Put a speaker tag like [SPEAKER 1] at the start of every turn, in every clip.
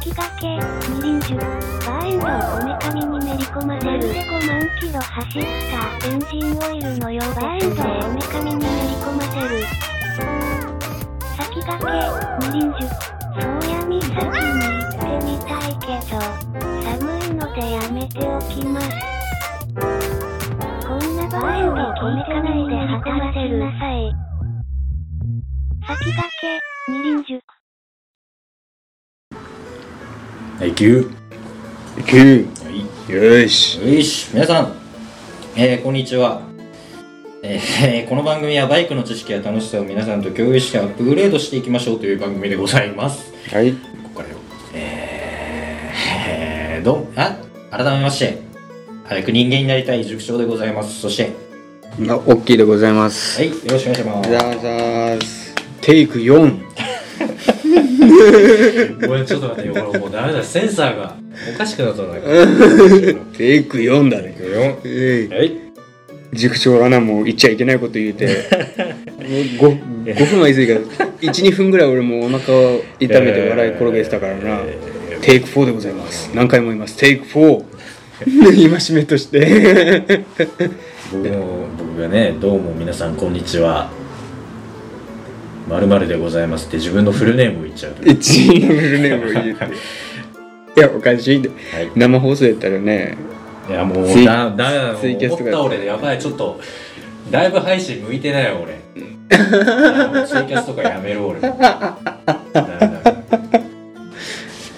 [SPEAKER 1] きがけ、みりんジュバーエンドをこめかみに練り込ませる。まるで5万キロ走った、エンジンオイルのようバーエンドをこめかみに練り込ませる。先駆け、みりんじゅ。そうやみ先に行ってみたいけど、寒いのでやめておきます。こんなバーエンドをこめかみに練り込ませるなさい。先駆け、みりんじゅ。
[SPEAKER 2] はい、9。
[SPEAKER 3] いく
[SPEAKER 2] はい。
[SPEAKER 3] よし
[SPEAKER 2] よいし皆さん、えーこんにちは、えーこの番組はバイクの知識や楽しさを皆さんと共有してアップグレードしていきましょうという番組でございます
[SPEAKER 3] はい
[SPEAKER 2] ここからよえー、どうあ改めまして早く人間になりたい塾長でございますそして
[SPEAKER 3] あオッキーでございます
[SPEAKER 2] はいよろしくお願いしま
[SPEAKER 3] ありがとうございますテイク4
[SPEAKER 4] ごめん、ちょっと待ってよ。これもうダメだ。センサーがおかしくなったんだけど。
[SPEAKER 3] テイク4だね
[SPEAKER 2] すよ
[SPEAKER 3] ええ
[SPEAKER 4] はい。
[SPEAKER 3] 塾長アナも言っちゃいけないこと言うて 5, 分は言い過ぎたけど12分ぐらい俺もうお腹を痛めて笑い転げてたからな、テイク4でございます何回も言いますテイク4戒めとして
[SPEAKER 4] 僕も僕がねどうも皆さんこんにちはまるまるでございますって自分のフルネームを言っちゃうという
[SPEAKER 3] 一員のフルネームを言うていやおかしいって
[SPEAKER 4] はい
[SPEAKER 3] 生放送やったらね
[SPEAKER 4] いやもう
[SPEAKER 3] ツイ
[SPEAKER 4] だだだ
[SPEAKER 3] ツイキャス
[SPEAKER 4] 思
[SPEAKER 3] と
[SPEAKER 4] っ
[SPEAKER 3] か
[SPEAKER 4] た俺やばいちょっとライブ配信向いてないわ俺いやツイキャスとかやめる俺もだめだ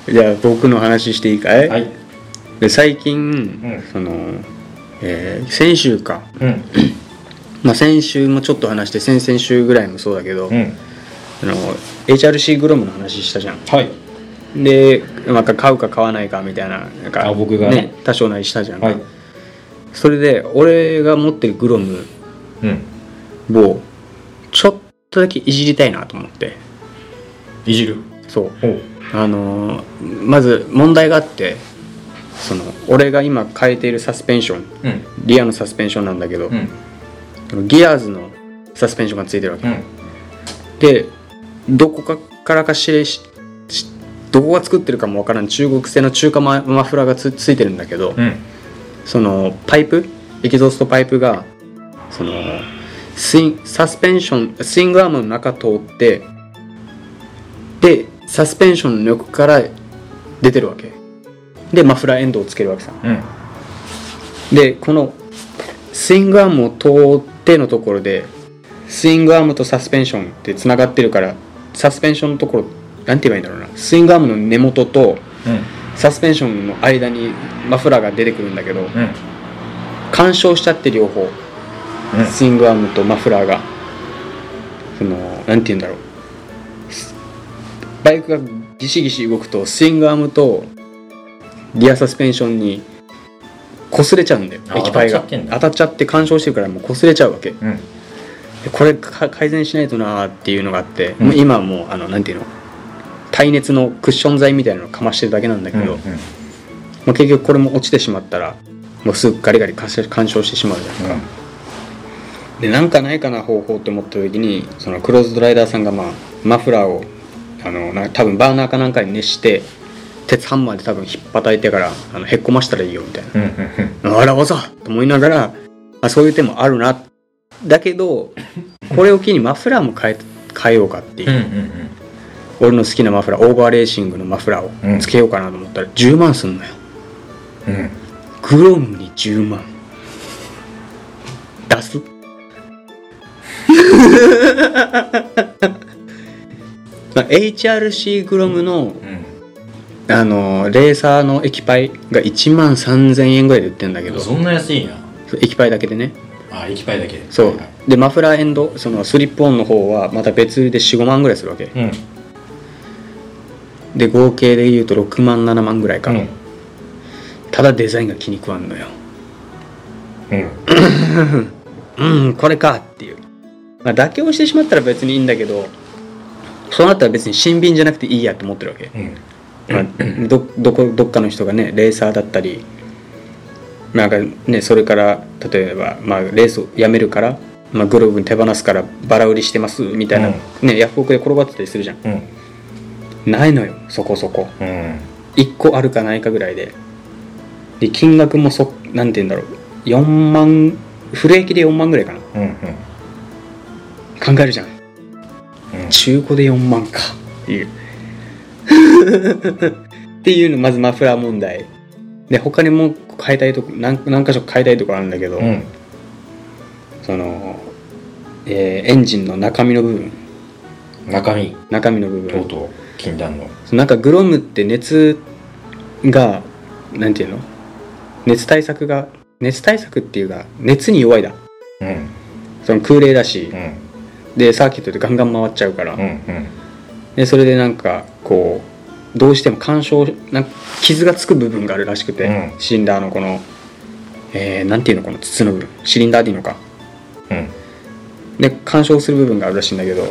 [SPEAKER 3] じゃあ僕の話していいかい、
[SPEAKER 4] めはい
[SPEAKER 3] で最近、
[SPEAKER 2] ん
[SPEAKER 3] その、えー先週か、
[SPEAKER 2] うん
[SPEAKER 3] まあ、先週もちょっと話して先々週ぐらいもそうだけど、
[SPEAKER 2] うん
[SPEAKER 3] あの HRC グロムの話したじゃん
[SPEAKER 2] はい
[SPEAKER 3] で、まあ、買うか買わないかみたいななんか
[SPEAKER 2] あ僕がね
[SPEAKER 3] 多少なりしたじゃん、
[SPEAKER 2] はい
[SPEAKER 3] それで俺が持ってるグロム
[SPEAKER 2] うん
[SPEAKER 3] をちょっとだけいじりたいなと思って
[SPEAKER 2] いじる
[SPEAKER 3] そう
[SPEAKER 2] おう
[SPEAKER 3] あのーまず問題があってその俺が今変えているサスペンション
[SPEAKER 2] うん
[SPEAKER 3] リアのサスペンションなんだけど、
[SPEAKER 2] うん
[SPEAKER 3] ギアーズのサスペンションがついてるわけ、
[SPEAKER 2] うん
[SPEAKER 3] でどこかからかしれししどこが作ってるかもわからん中国製の中華ママフラーがつついてるんだけど、
[SPEAKER 2] うん
[SPEAKER 3] そのパイプエキゾーストパイプがそのスインサスペンションスイングアームの中通ってでサスペンションの横から出てるわけでマフラーエンドをつけるわけさ
[SPEAKER 2] うん
[SPEAKER 3] でこのスイングアームを通ってのところでスイングアームとサスペンションってつながってるからサスペンションのところなんて言えばいいんだろうなスイングアームの根元と
[SPEAKER 2] うん
[SPEAKER 3] サスペンションの間にマフラーが出てくるんだけど
[SPEAKER 2] うん
[SPEAKER 3] 干渉しちゃって両方
[SPEAKER 2] うん
[SPEAKER 3] スイングアームとマフラーがそのなんて言うんだろうすバイクがギシギシ動くとスイングアームとリアサスペンションに擦れちゃうんだよ
[SPEAKER 2] あ
[SPEAKER 3] 液体が
[SPEAKER 2] 当たっちゃってんだ
[SPEAKER 3] 当たっちゃって干渉してるからもう擦れちゃうわけで
[SPEAKER 2] うん
[SPEAKER 3] これか改善しないとなーっていうのがあって、
[SPEAKER 2] うん
[SPEAKER 3] もう今はもうあのなんていうの耐熱のクッション材みたいなのをかましてるだけなんだけ
[SPEAKER 2] うん
[SPEAKER 3] ど、まあ、結局これも落ちてしまったらもうすぐガリガリ干渉干渉してしまうじゃんでなんかないかな方法って思った時にそのクローズドライダーさんが、まあ、マフラーをあのな多分バーナーかなんかに熱して鉄ハンマーで多分ひっぱたいてからあのへっこましたらいいよみたいな
[SPEAKER 2] うんうんうん
[SPEAKER 3] 「あら技!」と思いながらあそういう手もあるなだけどこれを機にマフラーも変え変えようかっていう、
[SPEAKER 2] うんうん
[SPEAKER 3] 俺の好きなマフラーオーバーレーシングのマフラーをつけようかなと思ったら10万すんのよ
[SPEAKER 2] うんうん
[SPEAKER 3] グロムに10万出す まあ HRC グロムの、
[SPEAKER 2] うん
[SPEAKER 3] あのレーサーの液パイが1万3000円ぐらいで売ってるんだけ
[SPEAKER 2] で
[SPEAKER 3] ど
[SPEAKER 2] もそんな安いんや
[SPEAKER 3] 液パイだけでね
[SPEAKER 2] あ液体だけ
[SPEAKER 3] そうでマフラーエンドそのスリップオンの方はまた別で45万ぐらいするわけ
[SPEAKER 2] うん
[SPEAKER 3] で合計で言うと6万7万ぐらいか、
[SPEAKER 2] うん
[SPEAKER 3] ただデザインが気に食わんのよ
[SPEAKER 2] うん
[SPEAKER 3] うんこれかっていう、まあ、妥協してしまったら別にいいんだけどそうなったら別に新品じゃなくていいやって思ってるわけ、
[SPEAKER 2] うん
[SPEAKER 3] まあ、どどこどっかの人がねレーサーだったりなんかねそれから例えば、まあ、レースをやめるから、まあ、グローブに手放すからバラ売りしてますみたいな、
[SPEAKER 2] うん
[SPEAKER 3] ねヤフオクで転がってたりするじゃん
[SPEAKER 2] うん
[SPEAKER 3] ないのよそこそこ
[SPEAKER 2] うん
[SPEAKER 3] 1個あるかないかぐらいでで金額もそなんて言うんだろう4万不利益で4万ぐらいかな
[SPEAKER 4] うんうん
[SPEAKER 3] 考えるじゃん中古で4万かっていう っていうのまずマフラー問題で他にも変えたいとこ何何箇所か変えたいとこあるんだけど、
[SPEAKER 4] うんうん
[SPEAKER 3] その、えーエンジンの中身の部分
[SPEAKER 4] 中身
[SPEAKER 3] 中身の部
[SPEAKER 4] とう
[SPEAKER 3] 分
[SPEAKER 4] とう禁断の
[SPEAKER 3] なんかグロムって熱がなんていうの熱対策が熱対策っていうか熱に弱いだ
[SPEAKER 4] うん
[SPEAKER 3] その空冷だし
[SPEAKER 4] う、ん
[SPEAKER 3] でサーキットでガンガン回っちゃうから、
[SPEAKER 4] うんうん
[SPEAKER 3] でそれでなんかこうどうしても干渉なんか傷がつく部分があるらしくて、
[SPEAKER 4] うん
[SPEAKER 3] シリンダーのこの、えーなんていうのこの筒の部分シリンダーでいいのか
[SPEAKER 4] うん
[SPEAKER 3] で干渉する部分があるらしいんだけど、
[SPEAKER 4] うん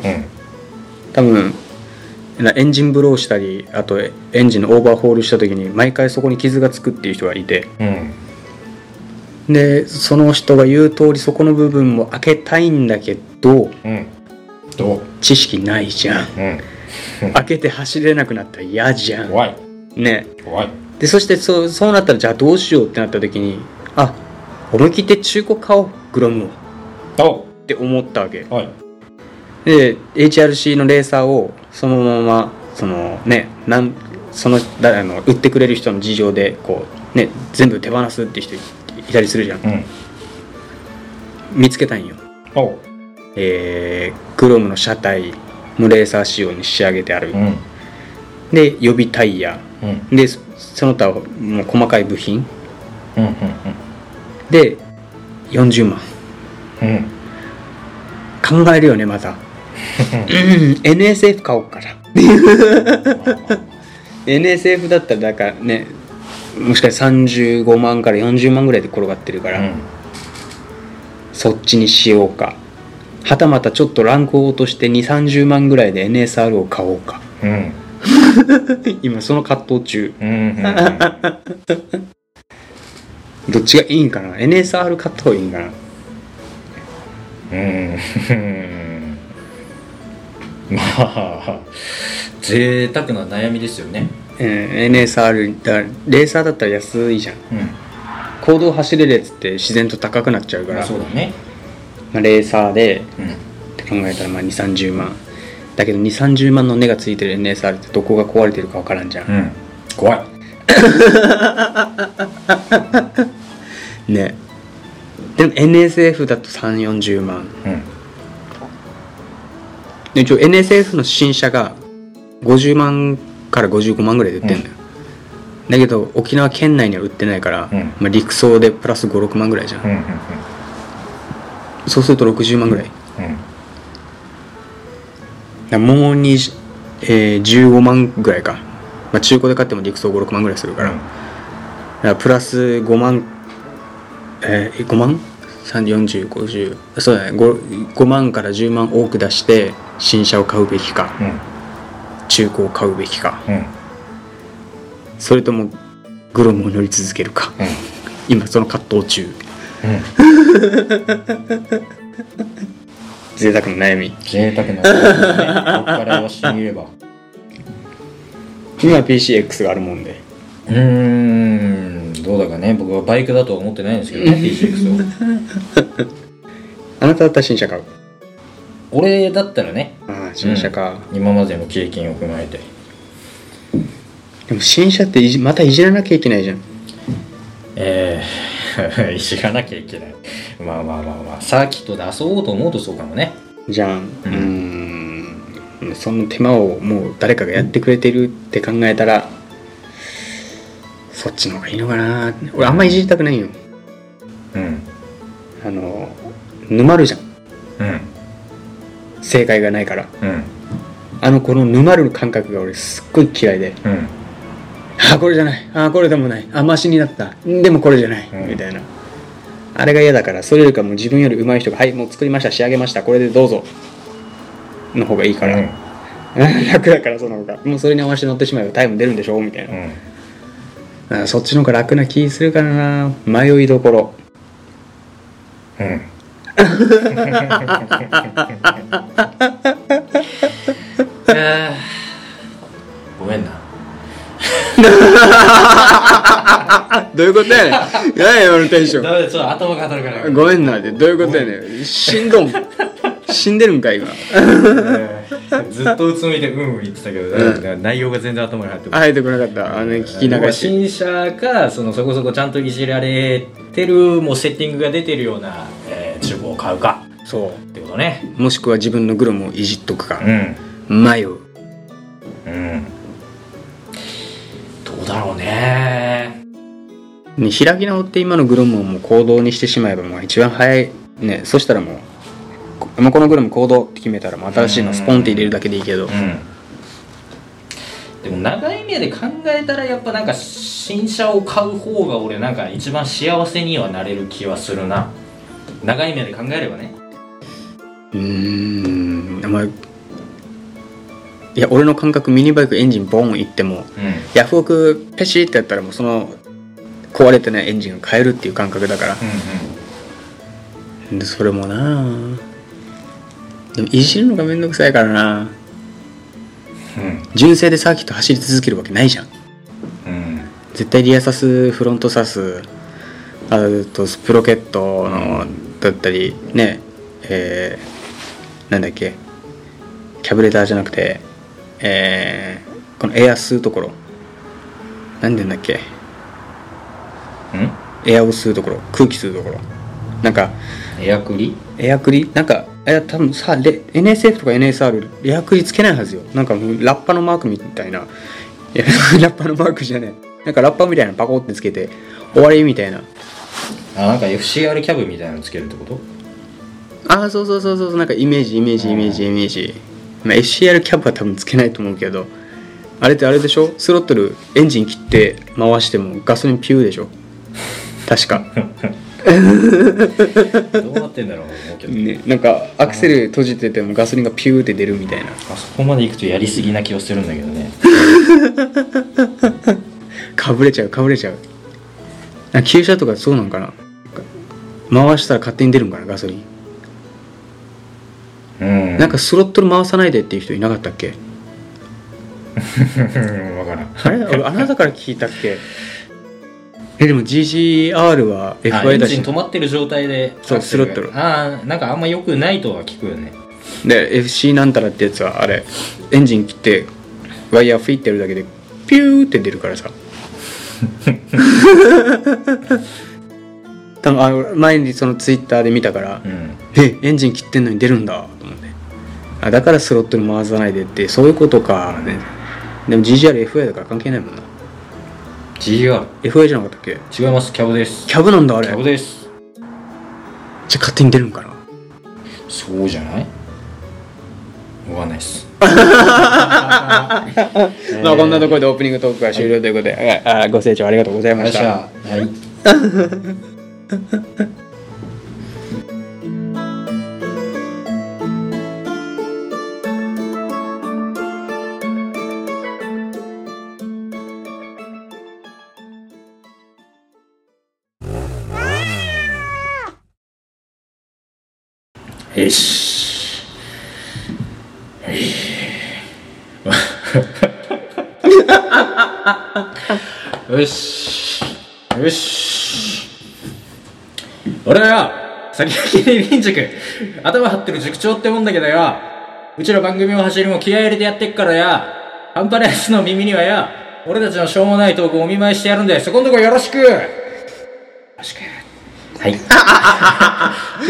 [SPEAKER 3] 多分なエンジンブローしたりあとエンジンのオーバーホールした時に毎回そこに傷がつくっていう人がいて
[SPEAKER 4] うん
[SPEAKER 3] でその人が言う通りそこの部分も開けたいんだけど
[SPEAKER 4] うんどう
[SPEAKER 3] 知識ないじゃん
[SPEAKER 4] うん
[SPEAKER 3] 開けて走れなくなったら嫌じゃん
[SPEAKER 4] 怖い
[SPEAKER 3] ね
[SPEAKER 4] 怖い
[SPEAKER 3] でそしてそうそうなったらじゃあどうしようってなった時にあ思い切って中古買おうグロムをっ
[SPEAKER 4] ど
[SPEAKER 3] て思ったわけ
[SPEAKER 4] うはい
[SPEAKER 3] で HRC のレーサーをそのままそのねなんそのだあの売ってくれる人の事情でこうね全部手放すって人いたりするじゃん
[SPEAKER 4] うん
[SPEAKER 3] 見つけたんよ
[SPEAKER 4] どう
[SPEAKER 3] えー、グロムの車体もレーサー仕様に仕上げてある
[SPEAKER 4] うん
[SPEAKER 3] で予備タイヤ
[SPEAKER 4] うん
[SPEAKER 3] でそその他をもう細かい部品
[SPEAKER 4] うん
[SPEAKER 3] で40万
[SPEAKER 4] うんうん
[SPEAKER 3] 考えるよねまたうん NSF 買おうか な NSF だったらだからねもしかしたら35万から40万ぐらいで転がってるから、そっちにしようかはたまたちょっとランクを落として2 3 0万ぐらいで NSR を買おうか
[SPEAKER 4] うんうん
[SPEAKER 3] 今その葛藤中
[SPEAKER 4] うんうんうん
[SPEAKER 3] どっちがいいんかな NSR 買った方がいいんかな
[SPEAKER 4] うーん まあ贅沢な悩みですよね
[SPEAKER 3] えー NSR だレーサーだったら安いじゃん
[SPEAKER 4] うん
[SPEAKER 3] 行動走れるやつって自然と高くなっちゃうから、
[SPEAKER 4] そうだね
[SPEAKER 3] まあ、レーサーで
[SPEAKER 4] うん
[SPEAKER 3] って考えたらまあ2 3 0万だけど2 3 0万の値がついてる NSR ってどこが壊れてるか分からんじゃん、
[SPEAKER 4] うん怖い
[SPEAKER 3] ねでも NSF だと3 4 0万
[SPEAKER 4] うん
[SPEAKER 3] で一応 NSF の新車が50万から55万ぐらいで売ってんだよ、だけど沖縄県内には売ってないから、
[SPEAKER 4] うん
[SPEAKER 3] まあ、陸送でプラス56万ぐらいじゃん、
[SPEAKER 4] うんうん
[SPEAKER 3] そうすると60万ぐらい、だか
[SPEAKER 4] うん
[SPEAKER 3] らもうに、えー15万ぐらいか、まあ、中古で買っても陸送56万ぐらいするから、だからプラス5万えー、5万 ?304050 そうだね 5, 5万から10万多く出して新車を買うべきか
[SPEAKER 4] うん
[SPEAKER 3] 中古を買うべきか
[SPEAKER 4] うん
[SPEAKER 3] それともグロムを乗り続けるか
[SPEAKER 4] うん
[SPEAKER 3] 今その葛藤中
[SPEAKER 4] うん
[SPEAKER 3] 贅沢な悩み
[SPEAKER 4] 贅沢な悩みですねこっから言わしてみればう
[SPEAKER 3] 今 PCX があるもんで
[SPEAKER 4] ーんどうだかね僕はバイクだとは思ってないんですけどね PCX を
[SPEAKER 3] あなただったら新車買う
[SPEAKER 4] 俺だったらね
[SPEAKER 3] ああ新車か、
[SPEAKER 4] 今までの経験を踏まえて
[SPEAKER 3] でも新車っていじまたいじらなきゃいけないじゃん
[SPEAKER 4] えー、 知らなきゃいけないまあまあまあまあサーキットで遊ぼうと思うとそうかもね
[SPEAKER 3] じゃんうんんその手間をもう誰かがやってくれてるって考えたらそっちの方がいいのかな俺あんまいじりたくないよ
[SPEAKER 4] うん
[SPEAKER 3] あの沼るじゃん
[SPEAKER 4] うん
[SPEAKER 3] 正解がないから
[SPEAKER 4] うん
[SPEAKER 3] あのこの沼る感覚が俺すっごい嫌いで
[SPEAKER 4] うん
[SPEAKER 3] あこれじゃないあこれでもないあマシになったでもこれじゃない、
[SPEAKER 4] うん
[SPEAKER 3] みたいなあれが嫌だからそれよりかもう自分より上手い人が「はいもう作りました仕上げましたこれでどうぞ」の方がいいから、 楽だからその方がもうそれに合わせて乗ってしまえばタイム出るんでしょみたいな、
[SPEAKER 4] ん
[SPEAKER 3] あそっちの方が楽な気するからな迷いどころ
[SPEAKER 4] うんごめんな
[SPEAKER 3] どういうことやねん。何や今のテンショ
[SPEAKER 4] ダメだちょっと頭が当たるから
[SPEAKER 3] ン。ごめんなって、どういうことやねん。死んどん。死んでるんか、今。
[SPEAKER 4] ずっとうつむいてうんうん言ってたけど、
[SPEAKER 3] うん
[SPEAKER 4] 内容が全然頭に入ってこない
[SPEAKER 3] あえてこなかった。あの、聞き流し。
[SPEAKER 4] 新車かそのそこそこちゃんといじられてるもうセッティングが出てるような、えー、チューブを買うか
[SPEAKER 3] そ
[SPEAKER 4] ってことね
[SPEAKER 3] う。もしくは自分のグロムをいじっとくか。
[SPEAKER 4] ん
[SPEAKER 3] 迷う。
[SPEAKER 4] うんどうだろうね
[SPEAKER 3] ね、開き直って今のグロムをもう行動にしてしまえばもう一番早いねそしたらもうこもうこのグロム行動って決めたらもう新しいのスポンって入れるだけでいいけど
[SPEAKER 4] うんでも長い目で考えたらやっぱなんか新車を買う方が俺なんか一番幸せにはなれる気はするな長い目で考えればね
[SPEAKER 3] うーんまあいや俺の感覚ミニバイクエンジンボンいっても
[SPEAKER 4] う
[SPEAKER 3] ヤフオクペシってやったらもうその壊れてないエンジンが変えるっていう感覚だから
[SPEAKER 4] んうん
[SPEAKER 3] でそれもなあでもいじるのがめんどくさいからな純正でサーキット走り続けるわけないじゃん
[SPEAKER 4] うんうん
[SPEAKER 3] 絶対リアサスフロントサスあとスプロケットのだったりねえーなんだっけキャブレターじゃなくてえーこのエア吸うところなんでんだっけ
[SPEAKER 4] うん
[SPEAKER 3] エアを吸うところ空気吸うところなんか
[SPEAKER 4] エアクリ
[SPEAKER 3] エアクリなんかえ多分さレ NSF とか NSR エアクリつけないはずよなんかもうラッパのマークみたいないや ラッパのマークじゃないなんかラッパみたいなのパコってつけて終わりみたいな
[SPEAKER 4] あなんか FCR キャブみたいなのつけるってこと
[SPEAKER 3] ああそうそうそうそうなんかイメージイメージイメージイメージ、まあ、FCR キャップは多分つけないと思うけどあれってあれでしょスロットルエンジン切って回してもガソリンピューでしょ確か、
[SPEAKER 4] どうなってんだろう思うけど
[SPEAKER 3] ね、なんかアクセル閉じててもガソリンがピューって出るみたいな
[SPEAKER 4] あそこまで行くとやりすぎな気をするんだけどね
[SPEAKER 3] かぶれちゃうかぶれちゃうなんか旧車とかそうなんかな回したら勝手に出るんかなガソリン、
[SPEAKER 4] うん
[SPEAKER 3] なんかスロットル回さないでっていう人いなかったっけ
[SPEAKER 4] 分からん
[SPEAKER 3] あれ俺あなたから聞いたっけえでも GCR は FI だ
[SPEAKER 4] あエンジン
[SPEAKER 3] し
[SPEAKER 4] 止まってる状態で
[SPEAKER 3] そう
[SPEAKER 4] アクセルが
[SPEAKER 3] スロットル
[SPEAKER 4] ああなんかあんま良くないとは聞くよね
[SPEAKER 3] で FC なんたらってやつはあれエンジン切ってワイヤー吹いてるだけでピューって出るからさ多分あの前にそのツイッターで見たから
[SPEAKER 4] うん
[SPEAKER 3] えエンジン切ってんのに出るんだと思ってあだからスロットに回さないでってそういうことか、ね、でも GGRFA だから関係ないもんな
[SPEAKER 4] GR
[SPEAKER 3] FA じゃなかったっけ
[SPEAKER 4] 違いますキャブです
[SPEAKER 3] キャブなんだあ
[SPEAKER 4] キ
[SPEAKER 3] れ
[SPEAKER 4] ャブ
[SPEAKER 3] じゃ
[SPEAKER 4] です
[SPEAKER 3] あ勝手に出るんかな
[SPEAKER 4] そうじゃないわかんないっす
[SPEAKER 3] まあこんなところでオープニングトークが終了ということで、ああご清聴ありがとうございました。
[SPEAKER 4] はいよし。よし。よし。俺はよ、先駆けで民塾、頭張ってる塾長ってもんだけどよ、うちの番組も走りも気合い入れてやってっからよ、半端ないやつの耳にはよ、俺たちのしょうもないトークをお見舞いしてやるんで、そこんとこよろしくよろしく。はい。今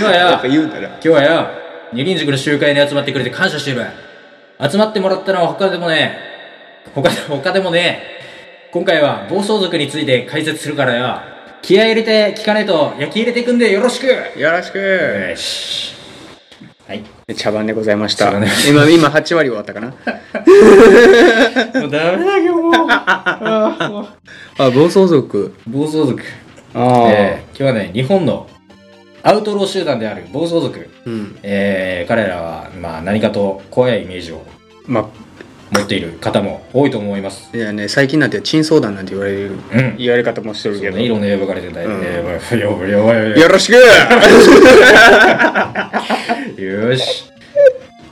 [SPEAKER 4] 日はよ、
[SPEAKER 3] 言うんだな。
[SPEAKER 4] 今日はよ、二輪塾の集会に集まってくれて感謝してる。集まってもらったのは他でもね、他で他でもね、今回は暴走族について解説するからよ、気合い入れて聞かねえと焼き入れていくんでよろしくよ
[SPEAKER 3] よろしく。
[SPEAKER 4] し。はい。
[SPEAKER 3] 茶番でございまし
[SPEAKER 4] 茶
[SPEAKER 3] た
[SPEAKER 4] 番で。
[SPEAKER 3] 今今八割終わったかな。
[SPEAKER 4] もうダメだけどもう。
[SPEAKER 3] あ暴走族。
[SPEAKER 4] 暴走族。
[SPEAKER 3] ああ、
[SPEAKER 4] えー今日はね、日本のアウトロー集団である暴走族。
[SPEAKER 3] うん。
[SPEAKER 4] えー彼らは、まあ何かと怖いイメージを
[SPEAKER 3] ま
[SPEAKER 4] 持っている方も多いと思います。
[SPEAKER 3] あいやね最近なんて珍相談なんて言われる
[SPEAKER 4] うん。
[SPEAKER 3] 言われ方もしてるけど。
[SPEAKER 4] ね、いろんな呼ばれてたよね。やばいやばいやばいやばい
[SPEAKER 3] よろしく。
[SPEAKER 4] よし。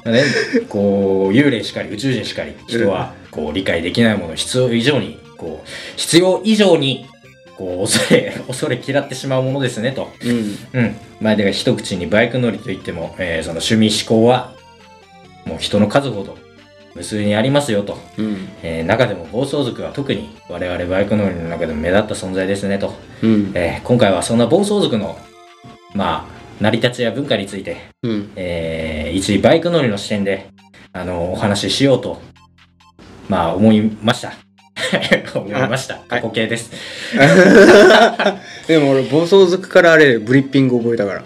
[SPEAKER 4] ね、こう幽霊しかり宇宙人しかり人はこう理解できないものを必要以上にこう、必要以上に、こう、恐れ、 恐れ嫌ってしまうものですね、と。
[SPEAKER 3] うん
[SPEAKER 4] うん。まあ、だから一口にバイク乗りといっても、えーその趣味思考は、もう人の数ほど無数にありますよと。
[SPEAKER 3] うん
[SPEAKER 4] えー中でも暴走族は特に我々バイク乗りの中でも目立った存在ですねと。
[SPEAKER 3] うん
[SPEAKER 4] えー今回はそんな暴走族の、まあ、成り立ちや文化について、
[SPEAKER 3] うん
[SPEAKER 4] えー一バイク乗りの視点で、あの、お話ししようと、まあ、思いました。 思いました。過去形です。
[SPEAKER 3] でも俺暴走族からあれブリッピング覚えたから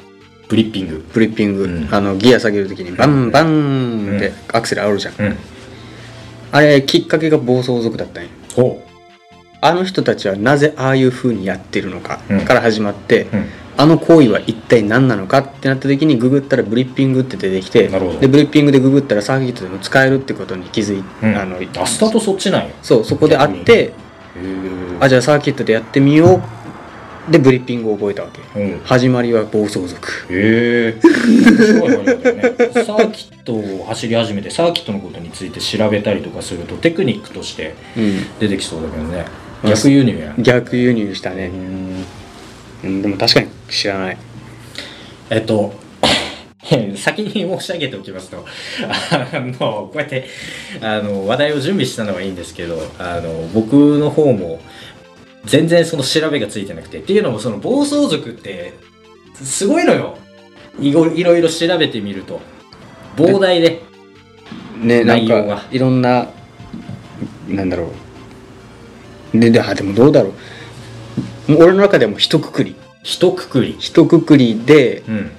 [SPEAKER 4] ブリッピング。
[SPEAKER 3] ブリッピング、
[SPEAKER 4] うん
[SPEAKER 3] あのギア下げるときにバンバンってアクセルあるじゃん、
[SPEAKER 4] うん。
[SPEAKER 3] あれきっかけが暴走族だったんよ
[SPEAKER 4] ほ
[SPEAKER 3] あの人たちはなぜああいう風にやってるのか
[SPEAKER 4] うん
[SPEAKER 3] から始まって、
[SPEAKER 4] う。うん。
[SPEAKER 3] あの行為は一体何なのかってなった時にググったらブリッピングって出てきて
[SPEAKER 4] なるほど
[SPEAKER 3] でブリッピングでググったらサーキットでも使えるってことに気づいて、
[SPEAKER 4] うん
[SPEAKER 3] あの
[SPEAKER 4] あ、スタートそっちなんよ。
[SPEAKER 3] そうそこで会ってあじゃあサーキットでやってみようでブリッピングを覚えたわけ
[SPEAKER 4] うん。へ
[SPEAKER 3] 始まりは暴走族
[SPEAKER 4] え。すごい分野だよね。サーキットを走り始めて、サーキットのことについて調べたりとかすると、テクニックとして
[SPEAKER 3] う
[SPEAKER 4] 出てきそうだけどね。
[SPEAKER 3] うん
[SPEAKER 4] 逆輸入や
[SPEAKER 3] ん。逆輸入した
[SPEAKER 4] う
[SPEAKER 3] ね、
[SPEAKER 4] ん
[SPEAKER 3] うん、でも確かに知らない
[SPEAKER 4] えっと、 先に申し上げておきますと、あの、こうやって、あの、話題を準備したのはいいんですけど、あの、僕の方も、全然その調べがついてなくて、っていうのもその暴走族って、すごいのよ。いろいろいろ調べてみると。膨大で。
[SPEAKER 3] ねなん
[SPEAKER 4] 内容が
[SPEAKER 3] かいろんななんだろうでであでもどうだろうもう俺の中でも一括り
[SPEAKER 4] 一括り。
[SPEAKER 3] 一括りで
[SPEAKER 4] うん。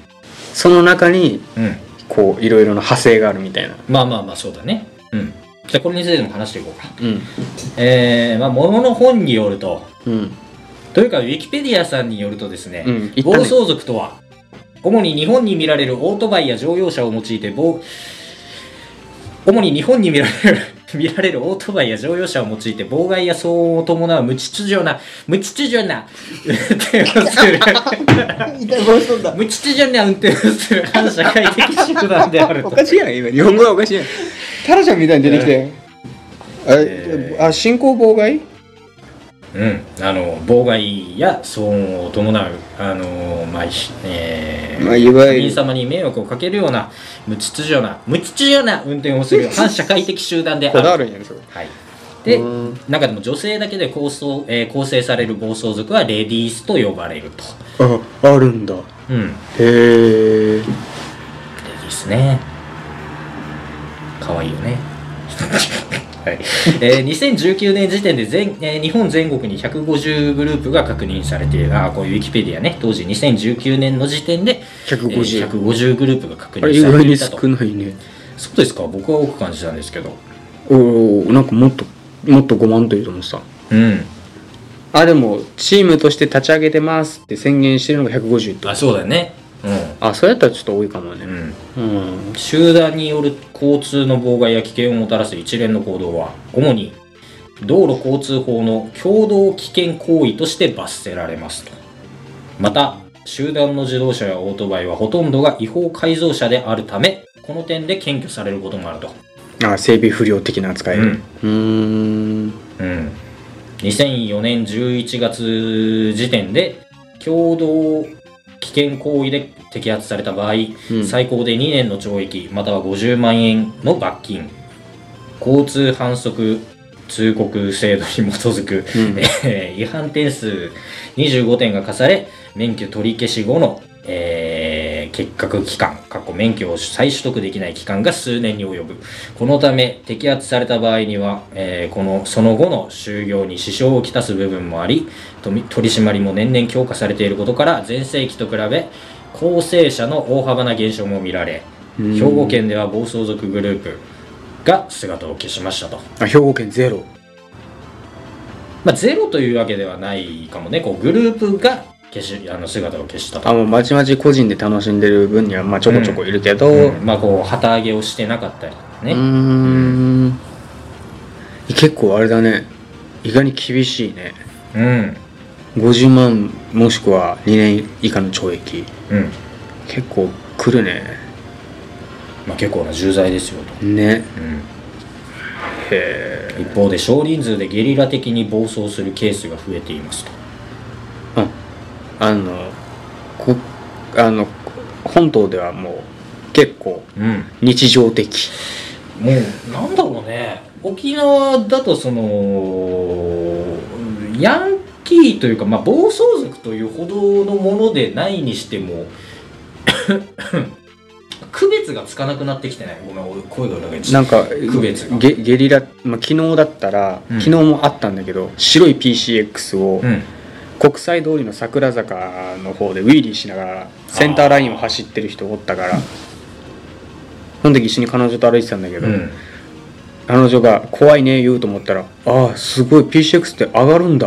[SPEAKER 3] その中に
[SPEAKER 4] うん。
[SPEAKER 3] こういろいろな派生があるみたいな
[SPEAKER 4] まあまあまあ、そうだね。うん。じゃあこれについても話していこうか。
[SPEAKER 3] うん
[SPEAKER 4] えー、まあ、ものの本によると、
[SPEAKER 3] うん
[SPEAKER 4] というか、ウィキペディアさんによるとですね、
[SPEAKER 3] うん言
[SPEAKER 4] 暴
[SPEAKER 3] ったね
[SPEAKER 4] 走族とは主に日本に見られるオートバイや乗用車を用いて暴主に日本に見られる 見られるオートバイや乗用車を用いて妨害や騒音を伴う無秩序な無秩序な運転を する無秩序な運転をする反社会的集団である
[SPEAKER 3] お
[SPEAKER 4] と
[SPEAKER 3] かしいやん今日本語がおかしいやんタラちゃんみたいに出てきたよあれあ進行妨害
[SPEAKER 4] うん、あの妨害や騒音を伴う、あのまあひえー
[SPEAKER 3] まあいわゆる
[SPEAKER 4] 他人様に迷惑をかけるような無秩序な無秩序な運転をする反社会的集団であ
[SPEAKER 3] こ
[SPEAKER 4] る
[SPEAKER 3] だわるんやねそれ
[SPEAKER 4] はい、で
[SPEAKER 3] うん
[SPEAKER 4] 中でも女性だけで構想、えー構成される暴走族はレディースと呼ばれると、
[SPEAKER 3] ああるんだ
[SPEAKER 4] うん、レ
[SPEAKER 3] へえ
[SPEAKER 4] ディースね可愛いよね はいえー、2019年時点で全、えー日本全国に150グループが確認されているあーこういうウィキペディアね当時2019年の時点で、えー
[SPEAKER 3] 150、
[SPEAKER 4] 150グループが確
[SPEAKER 3] あれ
[SPEAKER 4] 認
[SPEAKER 3] 意
[SPEAKER 4] され
[SPEAKER 3] 外
[SPEAKER 4] て
[SPEAKER 3] に
[SPEAKER 4] いたと
[SPEAKER 3] 少ないね
[SPEAKER 4] そうですか僕は多く感じたんですけど
[SPEAKER 3] おおなんかもっともっと5万というと思ってた
[SPEAKER 4] うん
[SPEAKER 3] あでもチームとして立ち上げてますって宣言してるのが150って
[SPEAKER 4] あそうだよね
[SPEAKER 3] あそうやったらちょっと多いかも
[SPEAKER 4] う
[SPEAKER 3] ね
[SPEAKER 4] んうん
[SPEAKER 3] うん
[SPEAKER 4] 集団による交通の妨害や危険をもたらす一連の行動は主に道路交通法の共同危険行為として罰せられますとまた集団の自動車やオートバイはほとんどが違法改造車であるためこの点で検挙されることもあると、
[SPEAKER 3] あ整備不良的な扱い
[SPEAKER 4] うん
[SPEAKER 3] うーん
[SPEAKER 4] うん、2004年11月時点で共同危険行為で摘発された場合、
[SPEAKER 3] うん
[SPEAKER 4] 最高で2年の懲役または50万円の罰金交通反則通告制度に基づく、
[SPEAKER 3] うん
[SPEAKER 4] えー違反点数25点が課され免許取り消し後の、えー欠格期間過去免許を再取得できない期間が数年に及ぶこのため摘発された場合には、えーこのその後の就業に支障をきたす部分もありとみ取り締まりも年々強化されていることから全盛期と比べ構成者の大幅な減少も見られ
[SPEAKER 3] うん
[SPEAKER 4] 兵庫県では暴走族グループが姿を消しましたと、
[SPEAKER 3] あ兵庫県ゼロ
[SPEAKER 4] まあ、ゼロというわけではないかもねこうグループが消しあの姿を消した
[SPEAKER 3] あ
[SPEAKER 4] と、
[SPEAKER 3] もうまちまち個人で楽しんでる分にはまあちょこちょこいるけど、
[SPEAKER 4] うんまあ、こう旗揚げをしてなかったりね、
[SPEAKER 3] うーん結構あれだね意外に厳しいね
[SPEAKER 4] うん
[SPEAKER 3] 50万もしくは2年以下の懲役
[SPEAKER 4] うん
[SPEAKER 3] 結構来るね
[SPEAKER 4] まあ、結構な重罪ですよと、
[SPEAKER 3] ね
[SPEAKER 4] うん
[SPEAKER 3] へ
[SPEAKER 4] 一方で少人数でゲリラ的に暴走するケースが増えていますと
[SPEAKER 3] えうんあのこあの本島ではもう結構
[SPEAKER 4] うん
[SPEAKER 3] 日常的
[SPEAKER 4] もうなんだろうね沖縄だとそのヤンキーというか、まあ、暴走族というほどのものでないにしても 区別がつかなくなってきてないごめん俺声が裏返っちゃ
[SPEAKER 3] な
[SPEAKER 4] っ
[SPEAKER 3] んか
[SPEAKER 4] 区別が
[SPEAKER 3] ゲゲリラ、まあ、昨日だったら、
[SPEAKER 4] うん
[SPEAKER 3] 昨日もあったんだけど白い PCX を
[SPEAKER 4] たうん
[SPEAKER 3] 国際通りの桜坂の方でウィーリーしながらセンターラインを走ってる人おったからその時一緒に彼女と歩いてたんだけど、
[SPEAKER 4] うん
[SPEAKER 3] 彼女が「怖いね」言うと思ったら「ああすごい PCX って上がるん だ」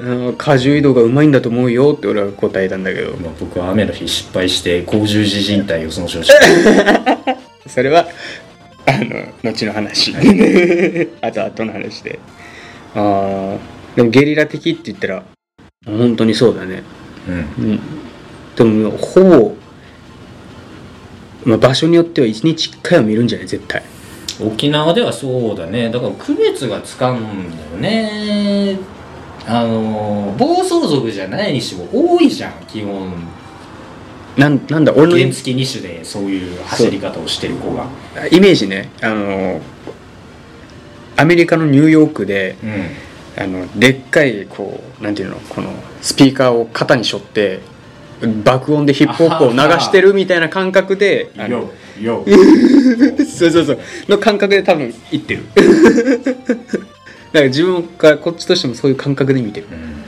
[SPEAKER 3] うん「荷重移動がうまいんだと思うよ」って俺は答えたんだけど
[SPEAKER 4] まあ、僕は雨の日失敗して甲十字靭帯を損傷した
[SPEAKER 3] それはあの後の話あと 後の話でああでもゲリラ的って言ったら本当にそうだね
[SPEAKER 4] うん
[SPEAKER 3] うんでもほぼ、まあ、場所によっては1日1回は見るんじゃない絶対
[SPEAKER 4] 沖縄ではそうだねだから区別がつかんだよねあの暴走族じゃないにしても多いじゃん基本
[SPEAKER 3] なんなんだ俺のイ
[SPEAKER 4] 原
[SPEAKER 3] メ
[SPEAKER 4] 付2種でそういう走り方をしてる子が
[SPEAKER 3] ージねあのアメリカのニューヨークで
[SPEAKER 4] うん
[SPEAKER 3] あのでっかいこうなんていうのこのスピーカーを肩に背負って爆音でヒップホップを流してるみたいな感覚であの
[SPEAKER 4] よよ
[SPEAKER 3] そうそうそうの感覚で多分行 ってるだから自分がこっちとしてもそういう感覚で見てる
[SPEAKER 4] うん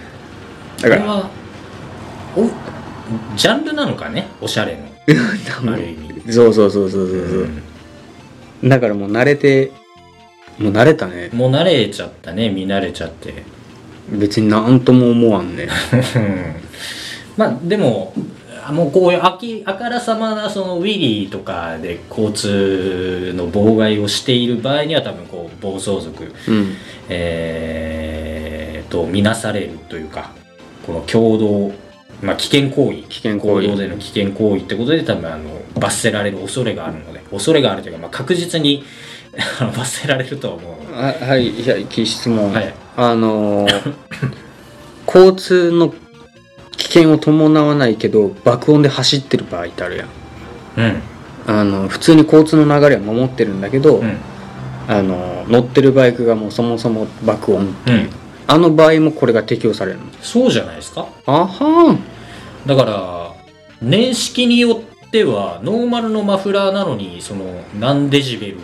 [SPEAKER 3] だか
[SPEAKER 4] これ
[SPEAKER 3] ら
[SPEAKER 4] はおジャンルなのかねおしゃれの
[SPEAKER 3] 多
[SPEAKER 4] あ
[SPEAKER 3] 分
[SPEAKER 4] る意味
[SPEAKER 3] そうそうそうそうそうそう、
[SPEAKER 4] うん
[SPEAKER 3] だからもう慣れてもう慣れたね
[SPEAKER 4] もう慣れちゃったね見慣れちゃ って
[SPEAKER 3] 別になんとも思わんね
[SPEAKER 4] うんまあでもあもうこういうあきあからさまなそのウィリーとかで交通の妨害をしている場合には多分こう暴走族、
[SPEAKER 3] うん
[SPEAKER 4] えーと見なされるというかこの共同、まあ、危険行為
[SPEAKER 3] 危険行
[SPEAKER 4] 行
[SPEAKER 3] 為
[SPEAKER 4] 動での危険行為ってことで多分あの罰せられる恐れがあるので恐れがあるというか、まあ、確実にあの 罰せられるとは思うので、
[SPEAKER 3] あはいいや質問、
[SPEAKER 4] はい、
[SPEAKER 3] あのー交通の危険を伴わないけど爆音で走ってる場合ってあるやん
[SPEAKER 4] うん
[SPEAKER 3] あの普通に交通の流れは守ってるんだけど、
[SPEAKER 4] うん
[SPEAKER 3] あの乗ってるバイクがもうそもそも爆音
[SPEAKER 4] うん
[SPEAKER 3] あの場合もこれが適用されるの
[SPEAKER 4] そうじゃないですか
[SPEAKER 3] あは
[SPEAKER 4] だから年式によってはノーマルのマフラーなのにその何デジベルを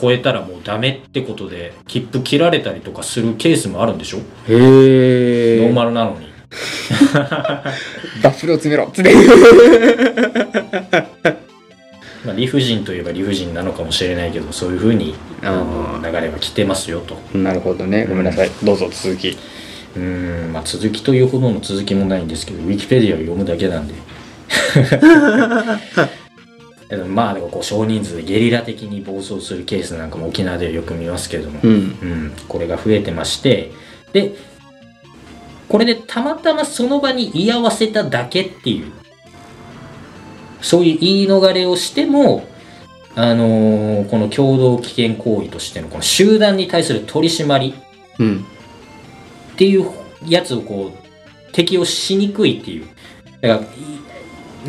[SPEAKER 4] 超えたらもうダメってことで切符切られたりとかするケースもあるんでしょ、
[SPEAKER 3] ーへ
[SPEAKER 4] ノー
[SPEAKER 3] え
[SPEAKER 4] マルなのに
[SPEAKER 3] バッフルを詰めろつって
[SPEAKER 4] まあ理不尽といえば理不尽なのかもしれないけどそういうふうにあの
[SPEAKER 3] あ
[SPEAKER 4] 流れは来てますよと
[SPEAKER 3] なるほどねごめんなさいどうぞ続き
[SPEAKER 4] うーんまあ続きというほどの続きもないんですけどウィキペディアを読むだけなんで でもまあでもこう少人数でゲリラ的に暴走するケースなんかも沖縄ではよく見ますけれども
[SPEAKER 3] うん
[SPEAKER 4] うん、これが増えてましてでこれでたまたまその場に居合わせただけっていうそういう言い逃れをしても、あのーこの共同危険行為としてのこの集団に対する取り締まり
[SPEAKER 3] うん
[SPEAKER 4] っていうやつをこう適用しにくいっていうだから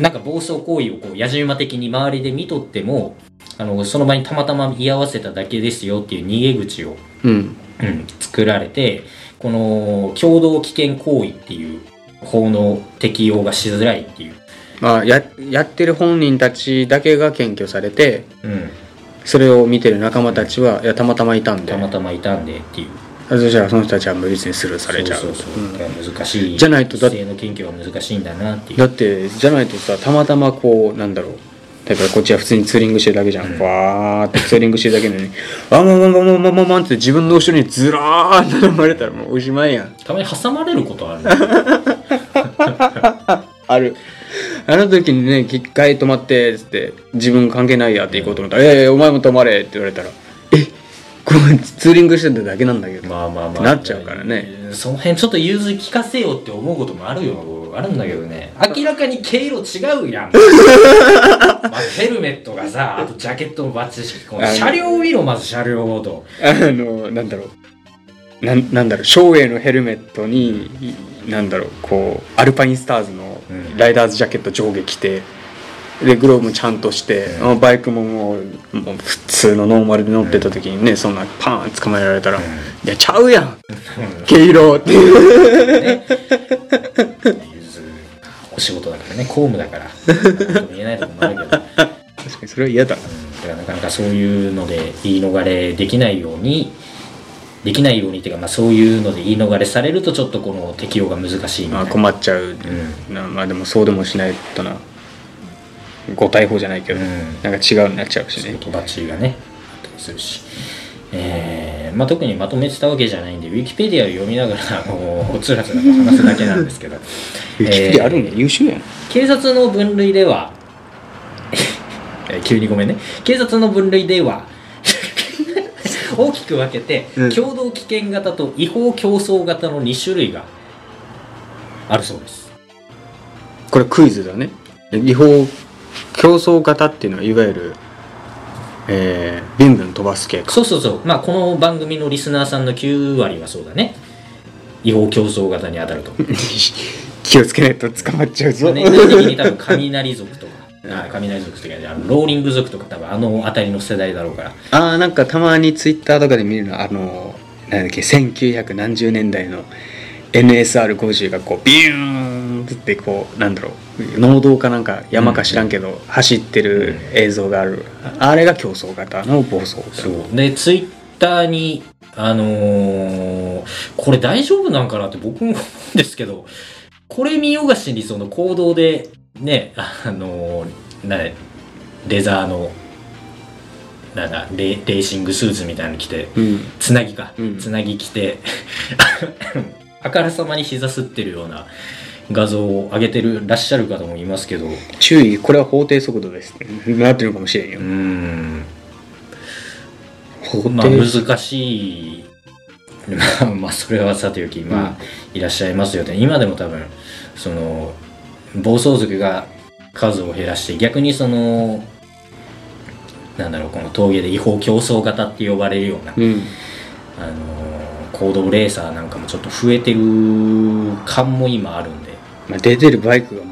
[SPEAKER 4] いなんか暴走行為をこう野じ馬的に周りで見とってもあのその場にたまたま居合わせただけですよっていう逃げ口を
[SPEAKER 3] うん
[SPEAKER 4] うん、作られてこの共同危険行為っていう法の適用がしづらいっていう、
[SPEAKER 3] まあ、ややってる本人たちだけが検挙されて
[SPEAKER 4] うん、
[SPEAKER 3] それを見てる仲間たちはいやたまたまいたんで
[SPEAKER 4] たまたまいたんでっていう
[SPEAKER 3] そしたらその人たちは無実にスルーされちゃう
[SPEAKER 4] そうそうそう、
[SPEAKER 3] うん
[SPEAKER 4] だから難しい
[SPEAKER 3] じゃないとだ
[SPEAKER 4] 規制の研究は難しいんだなってい
[SPEAKER 3] だ
[SPEAKER 4] う
[SPEAKER 3] ってじゃないとさたまたまこうなんだろうだからこっちは普通にツーリングしてるだけじゃん、わーってツーリングしてるだけなのに「あんまんまんまんまんまんまんまん」って自分の後ろにずらーって並ばれたらもうおしまいやん
[SPEAKER 4] たまに挟まれることあるね
[SPEAKER 3] あるあの時にね「一回止まって」っつって「自分関係ないや」って行こうと思ったら「ええお前も止まれ」って言われたら「えこれツーリングしてただけなんだけど」
[SPEAKER 4] まあまあまあ
[SPEAKER 3] なっちゃうからね
[SPEAKER 4] その辺ちょっと融通聞かせようって思うこともあるよろあるんだけどね明らかに毛色違うや ん、まずヘルメットがさあとジャケットもバッチリしこの車両を見ろまず車両ごと
[SPEAKER 3] あのなんだろうなんなんだろう照英のヘルメットになんだろうこうアルパインスターズの
[SPEAKER 4] うん
[SPEAKER 3] ライダーズジャケット上下着てでグローブもちゃんとして、
[SPEAKER 4] う
[SPEAKER 3] バイクももうもう普通のノーマルで乗ってた時にね、そんなパーン捕まえられたら「
[SPEAKER 4] うん
[SPEAKER 3] いやちゃうやん毛色」って
[SPEAKER 4] お仕事だからね公務だからなんとも言えないとこもあるけど
[SPEAKER 3] 確かにそれは嫌だ
[SPEAKER 4] だからなかなかそういうので言い逃れできないようにできないようにっていうか、まあ、そういうので言い逃れされるとちょっとこの適用が難しいみた
[SPEAKER 3] ま
[SPEAKER 4] い
[SPEAKER 3] あ
[SPEAKER 4] な
[SPEAKER 3] 困っちゃう、なまあでもそうでもしないとなご逮捕じゃないけど、
[SPEAKER 4] うん
[SPEAKER 3] なんか違うになっちゃうしね
[SPEAKER 4] 言葉中がねあったりするし、えーまあ、特にまとめてたわけじゃないんでウィキペディアを読みながらあのつらつらと話すだけなんで すけど
[SPEAKER 3] ウィキペディアあるんや優秀やん
[SPEAKER 4] 警察の分類では えー急にごめんね警察の分類では 大きく分けて、
[SPEAKER 3] うん
[SPEAKER 4] 共同危険型と違法競争型の2種類があるそうです
[SPEAKER 3] これクイズだね違法競争型っていうのはいわゆるえー、ビンビン飛ばす系か
[SPEAKER 4] そうそうそうまあこの番組のリスナーさんの9割はそうだね違法競争型に当たると
[SPEAKER 3] 気をつけないと捕まっちゃうぞ、
[SPEAKER 4] 年代的に多分雷族とかあ雷族とかじゃないあのローリング族とか多分あの辺りの世代だろうから
[SPEAKER 3] ああなんかたまにツイッターとかで見るのあのなんだっけ1900何十年代の NSR50 がこうビューンってこうなんだろう農道かなんか山か知らんけど、走ってる映像がある、あれが競争型の暴走
[SPEAKER 4] そうでツイッターにあのーこれ大丈夫なんかなって僕も思うんですけどこれ見よがしにその行動でねあのーなレザーのなんだレレーシングスーツみたいなの着て
[SPEAKER 3] うん
[SPEAKER 4] つなぎか、
[SPEAKER 3] うん
[SPEAKER 4] つなぎ着て あからさまに膝すってるような画像を上げてるらっしゃる方もいますけどう
[SPEAKER 3] 注意これは法定速度です、なってるかもしれんよ、
[SPEAKER 4] ーん
[SPEAKER 3] 法定、
[SPEAKER 4] まあ難しい。 まあ、まあ、それはさておき、まあ、いらっしゃいますよね。今でも多分、その、暴走族が数を減らして、逆にその、なんだろう、この峠で違法競争型って呼ばれるような、
[SPEAKER 3] うん
[SPEAKER 4] あのー、行動レーサーなんかもちょっと増えてる感も今あるんで。
[SPEAKER 3] まあ、出てるバイクがも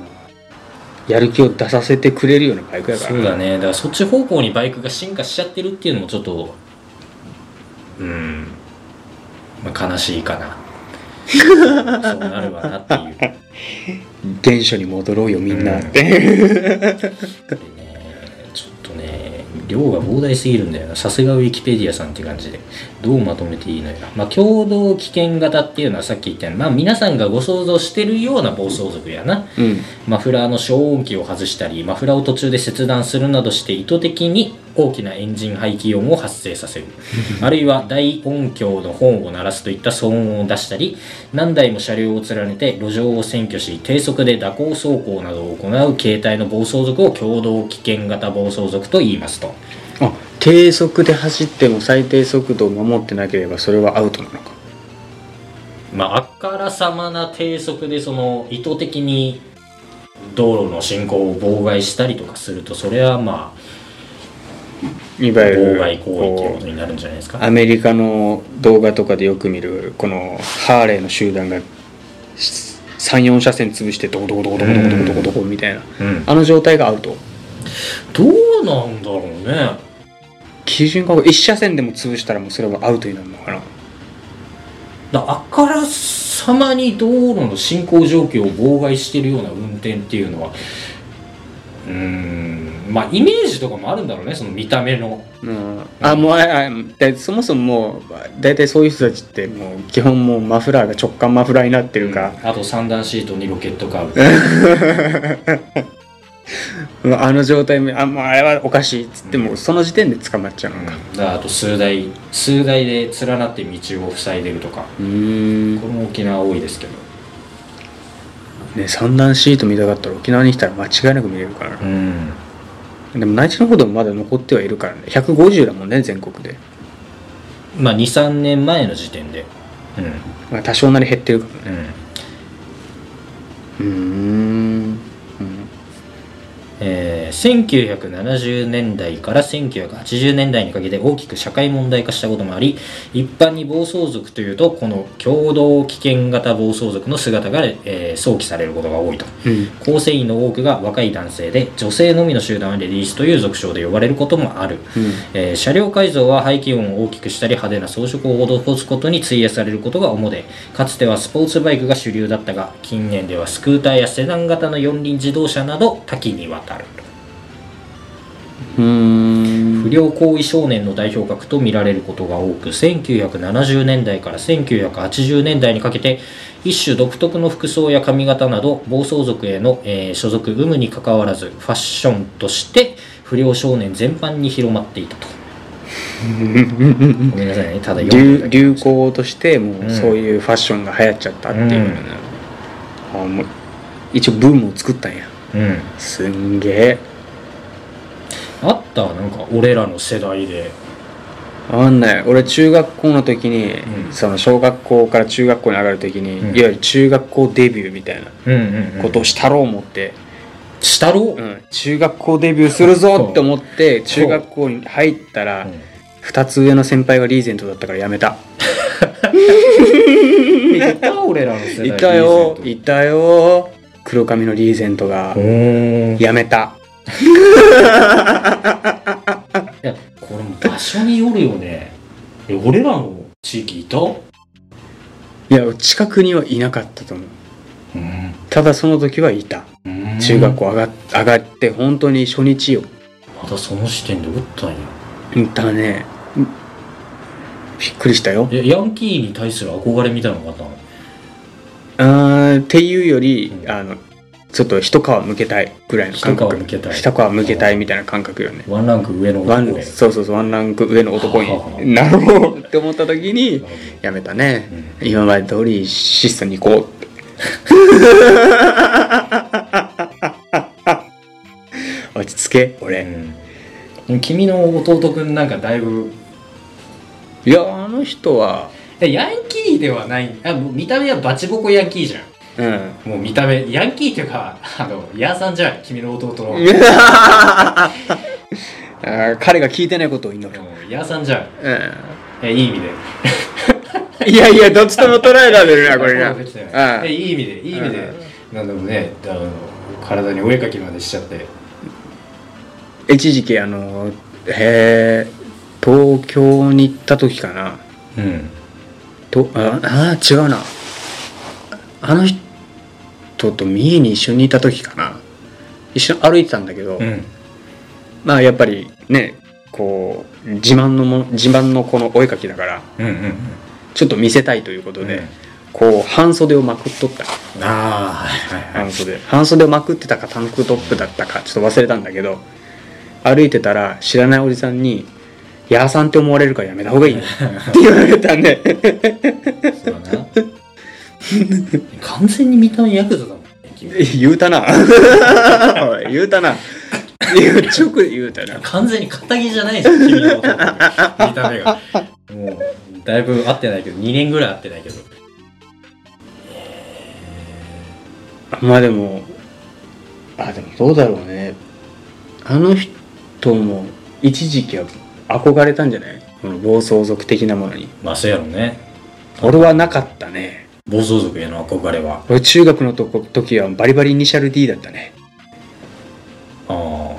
[SPEAKER 3] うやる気を出させてくれるようなバイクやから
[SPEAKER 4] そうだねだからそっち方向にバイクが進化しちゃってるっていうのもちょっとうん、まあ、悲しい かなそうなるわなっていうで
[SPEAKER 3] 原初に戻ろうよみんな
[SPEAKER 4] うん
[SPEAKER 3] って、
[SPEAKER 4] ねちょっとね量が膨大すぎるんだよなさすがウィキペディアさんって感じでどうまとめていいのやらまあ共同危険型っていうのはさっき言ったようにまあ皆さんがご想像してるような暴走族やな、
[SPEAKER 3] うん
[SPEAKER 4] マフラーの消音器を外したりマフラーを途中で切断するなどして意図的に大きなエンジン排気音を発生させるあるいは大音響のホーンを鳴らすといった騒音を出したり何台も車両を連ねて路上を占拠し低速で蛇行走行などを行う形態の暴走族を共同危険型暴走族と言いますと
[SPEAKER 3] あ低速で走っても最低速度を守ってなければそれはアウトなのか
[SPEAKER 4] まああからさまな低速でその意図的に道路の進行を妨害したりとかするとそれはまあ
[SPEAKER 3] いわゆ
[SPEAKER 4] 妨
[SPEAKER 3] る
[SPEAKER 4] 害行為っていうこ
[SPEAKER 3] こと
[SPEAKER 4] になるんじゃないです
[SPEAKER 3] う
[SPEAKER 4] か
[SPEAKER 3] アメリカの動画とかでよく見るこのハーレーの集団が34車線潰してドコドコドコドコドコドコドコドコみたいな
[SPEAKER 4] うん
[SPEAKER 3] あの状態がアウト
[SPEAKER 4] どうなんだろうね
[SPEAKER 3] 基準が1車線でも潰したらもうそれはアウトになるのかな
[SPEAKER 4] だあからさまに道路の進行状況を妨害してるような運転っていうのはうーんまあイメージとかもあるんだろうねその見た目の
[SPEAKER 3] うんあもうああでそもそももう大体そういう人たちってもう基本もうマフラーが直感マフラーになってるか、
[SPEAKER 4] あと三段シートにロケットカーブ
[SPEAKER 3] うんあの状態もあもうあれはおかしいっつってもその時点で捕まっちゃうのか
[SPEAKER 4] だあと数台数台で連なって道を塞いでるとか
[SPEAKER 3] うん
[SPEAKER 4] これも沖縄多いですけど
[SPEAKER 3] ね三段シート見たかったら沖縄に来たら間違いなく見れるからな
[SPEAKER 4] うん
[SPEAKER 3] でも内地のほどもまだ残ってはいるからね150だもんね全国で、
[SPEAKER 4] まあ23年前の時点でうん
[SPEAKER 3] まあ、多少なり減ってるからね
[SPEAKER 4] う
[SPEAKER 3] うー
[SPEAKER 4] ん
[SPEAKER 3] んうん
[SPEAKER 4] えー1970年代から1980年代にかけて大きく社会問題化したこともあり一般に暴走族というとこの共同危険型暴走族の姿が、えー想起されることが多いと
[SPEAKER 3] うん
[SPEAKER 4] 構成員の多くが若い男性で女性のみの集団はレディースという俗称で呼ばれることもある、
[SPEAKER 3] うん
[SPEAKER 4] えー車両改造は排気音を大きくしたり派手な装飾を施すことに費やされることが主でかつてはスポーツバイクが主流だったが近年ではスクーターやセダン型の四輪自動車など多岐にわたる
[SPEAKER 3] うーん
[SPEAKER 4] 不良行為少年の代表格と見られることが多く1970年代から1980年代にかけて一種独特の服装や髪型など暴走族への、えー所属有無にかかわらずファッションとして不良少年全般に広まっていた とごめんなさいねただ読ん
[SPEAKER 3] 流
[SPEAKER 4] でるだけ
[SPEAKER 3] 流行としても
[SPEAKER 4] ん
[SPEAKER 3] うそういうファッションが流行っちゃったっていう
[SPEAKER 4] うん
[SPEAKER 3] のね、あもう一応ブームを作ったんや
[SPEAKER 4] うん
[SPEAKER 3] すんげえ
[SPEAKER 4] あったなんか俺らの世代で
[SPEAKER 3] わかんない俺中学校の時に、
[SPEAKER 4] うん
[SPEAKER 3] その小学校から中学校に上がる時に、
[SPEAKER 4] うん
[SPEAKER 3] いわゆる中学校デビューみたいな
[SPEAKER 4] うんうん、う
[SPEAKER 3] こ
[SPEAKER 4] ん、
[SPEAKER 3] とをしたろう思って、
[SPEAKER 4] したろ
[SPEAKER 3] う
[SPEAKER 4] う、
[SPEAKER 3] ん中学校デビューするぞって思って中学校に入ったら、
[SPEAKER 4] うん
[SPEAKER 3] 2つ上の先輩がリーゼントだったからやめた
[SPEAKER 4] いた俺らの世代
[SPEAKER 3] いたよ
[SPEAKER 4] リーゼン
[SPEAKER 3] いたよ黒髪のリーゼントが
[SPEAKER 4] トうん
[SPEAKER 3] やめた
[SPEAKER 4] いや、これも場所によるよね。え、俺らの地域いたう。
[SPEAKER 3] いや近くにはいなかったと思うんただその時はいた中学。校上がっ上がって本当に初日よ
[SPEAKER 4] まだその時点で打ったんや。
[SPEAKER 3] だねうんびっくりしたよ
[SPEAKER 4] いや、ヤンキーに対する憧れみたいなのがあったの。
[SPEAKER 3] あーっていうより、
[SPEAKER 4] うん
[SPEAKER 3] あのちょっと一皮むけたいぐらいの感覚
[SPEAKER 4] 一皮むけたい
[SPEAKER 3] 一皮むけたいみたいな感覚よね
[SPEAKER 4] ワンランク上の
[SPEAKER 3] ワ
[SPEAKER 4] 男
[SPEAKER 3] ン
[SPEAKER 4] へ。
[SPEAKER 3] そうそうそうワンランク上の男
[SPEAKER 4] はあはあ
[SPEAKER 3] になろうって思った時に
[SPEAKER 4] なるほ
[SPEAKER 3] やめたね、今まで通り質素に行こう って落ち着け
[SPEAKER 4] ど
[SPEAKER 3] 俺、
[SPEAKER 4] うんでも君の弟くんなんかだいぶ、
[SPEAKER 3] いやあの人は
[SPEAKER 4] えヤンキーではない。あもう見た目はバチボコヤンキーじゃん。
[SPEAKER 3] うん
[SPEAKER 4] もう見た目、ヤンキーっていうか、あの、ヤーさんじゃん、君の弟の。も
[SPEAKER 3] あー彼が聞いてないことを祈る、
[SPEAKER 4] うヤーさんじゃん。え、いい意味で。
[SPEAKER 3] いやいやどっちとも捉えられるなこれな
[SPEAKER 4] そうできたよ
[SPEAKER 3] あ
[SPEAKER 4] えいい意味でいい意味で、なんだろうねあの体にお絵かきまでしちゃって
[SPEAKER 3] 一時期あのえー東京に行った時かな
[SPEAKER 4] うん
[SPEAKER 3] とああー違うなあの人と三重に一緒にいた時かな一緒に歩いてたんだけど、
[SPEAKER 4] うん
[SPEAKER 3] まあやっぱりねこう自慢のも自慢のこのお絵かきだから
[SPEAKER 4] うんうん
[SPEAKER 3] ちょっと見せたいということで、
[SPEAKER 4] うん
[SPEAKER 3] こう半袖をまくっとった
[SPEAKER 4] ああはいはいはい
[SPEAKER 3] 半袖半袖をまくってたかタンクトップだったかちょっと忘れたんだけど歩いてたら知らないおじさんに「ヤーさんって思われるからやめた方がいいよ」って言われたね
[SPEAKER 4] そうだな 完全に見た目ヤクザだもんね君
[SPEAKER 3] 言うたな おい言うたな直言うたな
[SPEAKER 4] 完全に肩着じゃないです君の弟君見た目がもうだいぶ合ってないけど2年ぐらい合ってないけど
[SPEAKER 3] まあでもあでもどうだろうねあの人も一時期は憧れたんじゃないこの暴走族的なものに
[SPEAKER 4] まあそうやろね
[SPEAKER 3] 俺はなかったね
[SPEAKER 4] 暴走族への憧れは
[SPEAKER 3] 俺中学のとこ時はバリバリイニシャル D だったね
[SPEAKER 4] ああ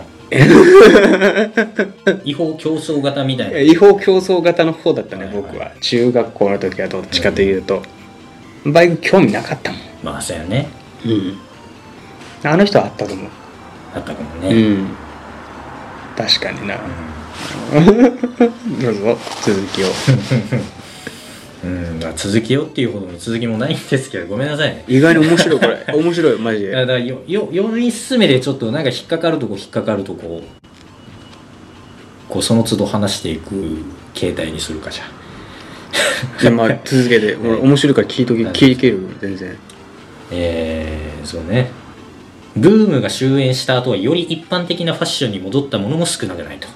[SPEAKER 4] 違法競争型みたいな
[SPEAKER 3] 違法競争型の方だったね
[SPEAKER 4] はいはい
[SPEAKER 3] 僕は中学校の時はどっちかというとバイク興味なかったもん、
[SPEAKER 4] まあそうやね
[SPEAKER 3] あの人はあったと思う
[SPEAKER 4] あったかもね、
[SPEAKER 3] うん確かにな どうぞ続きを
[SPEAKER 4] うん、まあ続きよっていうほどの続きもないんですけどごめんなさいね
[SPEAKER 3] 意外に面白いこれ面白いマジ
[SPEAKER 4] だか
[SPEAKER 3] で
[SPEAKER 4] らよよ4人進めでちょっとなんか引っかかるとこ引っかかるとここうその都度話していく形態にするかじゃあ
[SPEAKER 3] いやまあ続けて俺面白いから聞いとき
[SPEAKER 4] はい
[SPEAKER 3] 聞いける全然
[SPEAKER 4] えー、そうねブームが終焉した後はより一般的なファッションに戻ったものも少なくないと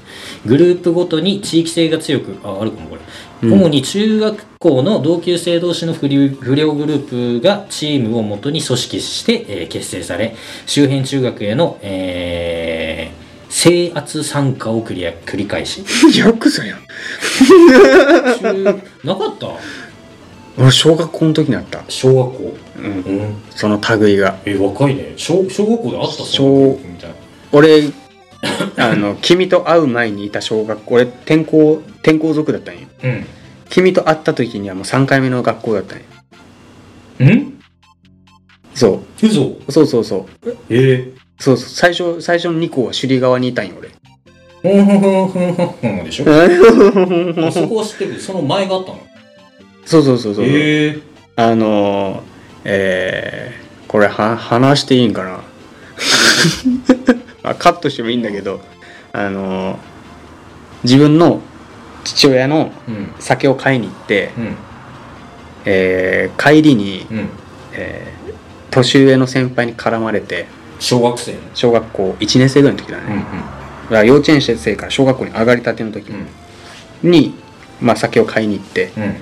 [SPEAKER 4] グループごとに地域性が強く、あ、あるかもこれ。
[SPEAKER 3] うん
[SPEAKER 4] 主に中学校の同級生同士の不良不良グループがチームを元に組織して、えー結成され、周辺中学への、えー制圧参加を繰りや繰り返し。
[SPEAKER 3] よくそやん
[SPEAKER 4] 中なかった
[SPEAKER 3] 俺小学校の時にあった、
[SPEAKER 4] 小学校。
[SPEAKER 3] うん、
[SPEAKER 4] うん。
[SPEAKER 3] その類が
[SPEAKER 4] え、若いね。小小学校であった
[SPEAKER 3] 小
[SPEAKER 4] そんなグループみたいな。
[SPEAKER 3] 俺あの君と会う前にいた小学校俺転校転校族だったんよ
[SPEAKER 4] うん。
[SPEAKER 3] 君と会った時にはもう3回目の学校だったんよ
[SPEAKER 4] うん
[SPEAKER 3] そ
[SPEAKER 4] 嘘
[SPEAKER 3] うそうそうそう
[SPEAKER 4] ええ
[SPEAKER 3] そうそう最初最初の2校は首里側にいたんよ俺
[SPEAKER 4] ふんふんふんふんふんふん でしょあそこは知ってる。その前があったの。
[SPEAKER 3] そうそうそうそう、
[SPEAKER 4] ええ
[SPEAKER 3] あのーえー、これは話していいんかな あカットしてもいいんだけどあのー自分の父親の
[SPEAKER 4] うん。
[SPEAKER 3] 酒を買いに行って、
[SPEAKER 4] うん。
[SPEAKER 3] えー帰りに、
[SPEAKER 4] うん。
[SPEAKER 3] えー年上の先輩に絡まれて
[SPEAKER 4] 小学生ね。
[SPEAKER 3] 小学校1年生ぐらいの時だ
[SPEAKER 4] うんう
[SPEAKER 3] ね、だから幼稚園生から小学校に上がりたての時
[SPEAKER 4] ん
[SPEAKER 3] に、まあ、酒を買いに行って、
[SPEAKER 4] うん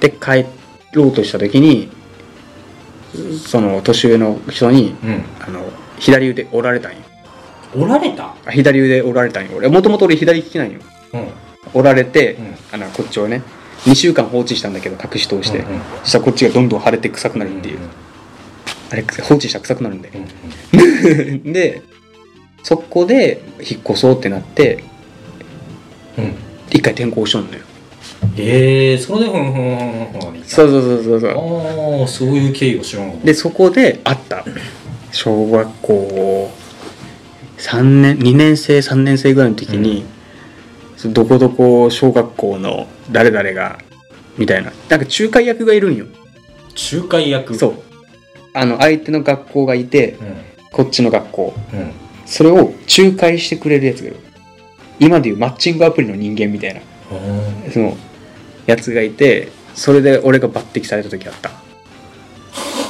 [SPEAKER 3] で帰ろうとした時にその年上の人に
[SPEAKER 4] うん
[SPEAKER 3] あの左腕折られたんよ
[SPEAKER 4] うん。おられた。
[SPEAKER 3] あ左腕折られたんよ俺もともと俺左利きなんよ
[SPEAKER 4] うんうん
[SPEAKER 3] 折られて、
[SPEAKER 4] うん
[SPEAKER 3] あのこっちをね2週間放置したんだけど隠し通して、
[SPEAKER 4] うんうん
[SPEAKER 3] そしたらこっちがどんどん腫れて臭くなるっていう、
[SPEAKER 4] うん
[SPEAKER 3] あれ放置したら臭くなるんで
[SPEAKER 4] う、んうん
[SPEAKER 3] でそこで引っ越そうってなって
[SPEAKER 4] うん。
[SPEAKER 3] 一回転校しとんのよ
[SPEAKER 4] ええそれでふんふんふんふんふん。
[SPEAKER 3] そうそうそうそうそう
[SPEAKER 4] ああそういう経緯を知らなかった。
[SPEAKER 3] でそこで会った小学校3年2年生3年生ぐらいの時に、どこどこ小学校の誰々がみたいななんか仲介役がいるんよ
[SPEAKER 4] 仲介役。
[SPEAKER 3] そうあの相手の学校がいて
[SPEAKER 4] うん。
[SPEAKER 3] こっちの学校
[SPEAKER 4] うん。
[SPEAKER 3] それを仲介してくれるやつがいる今でいうマッチングアプリの人間みたいな
[SPEAKER 4] あ
[SPEAKER 3] そのやつがいてそれで俺が抜擢された時あった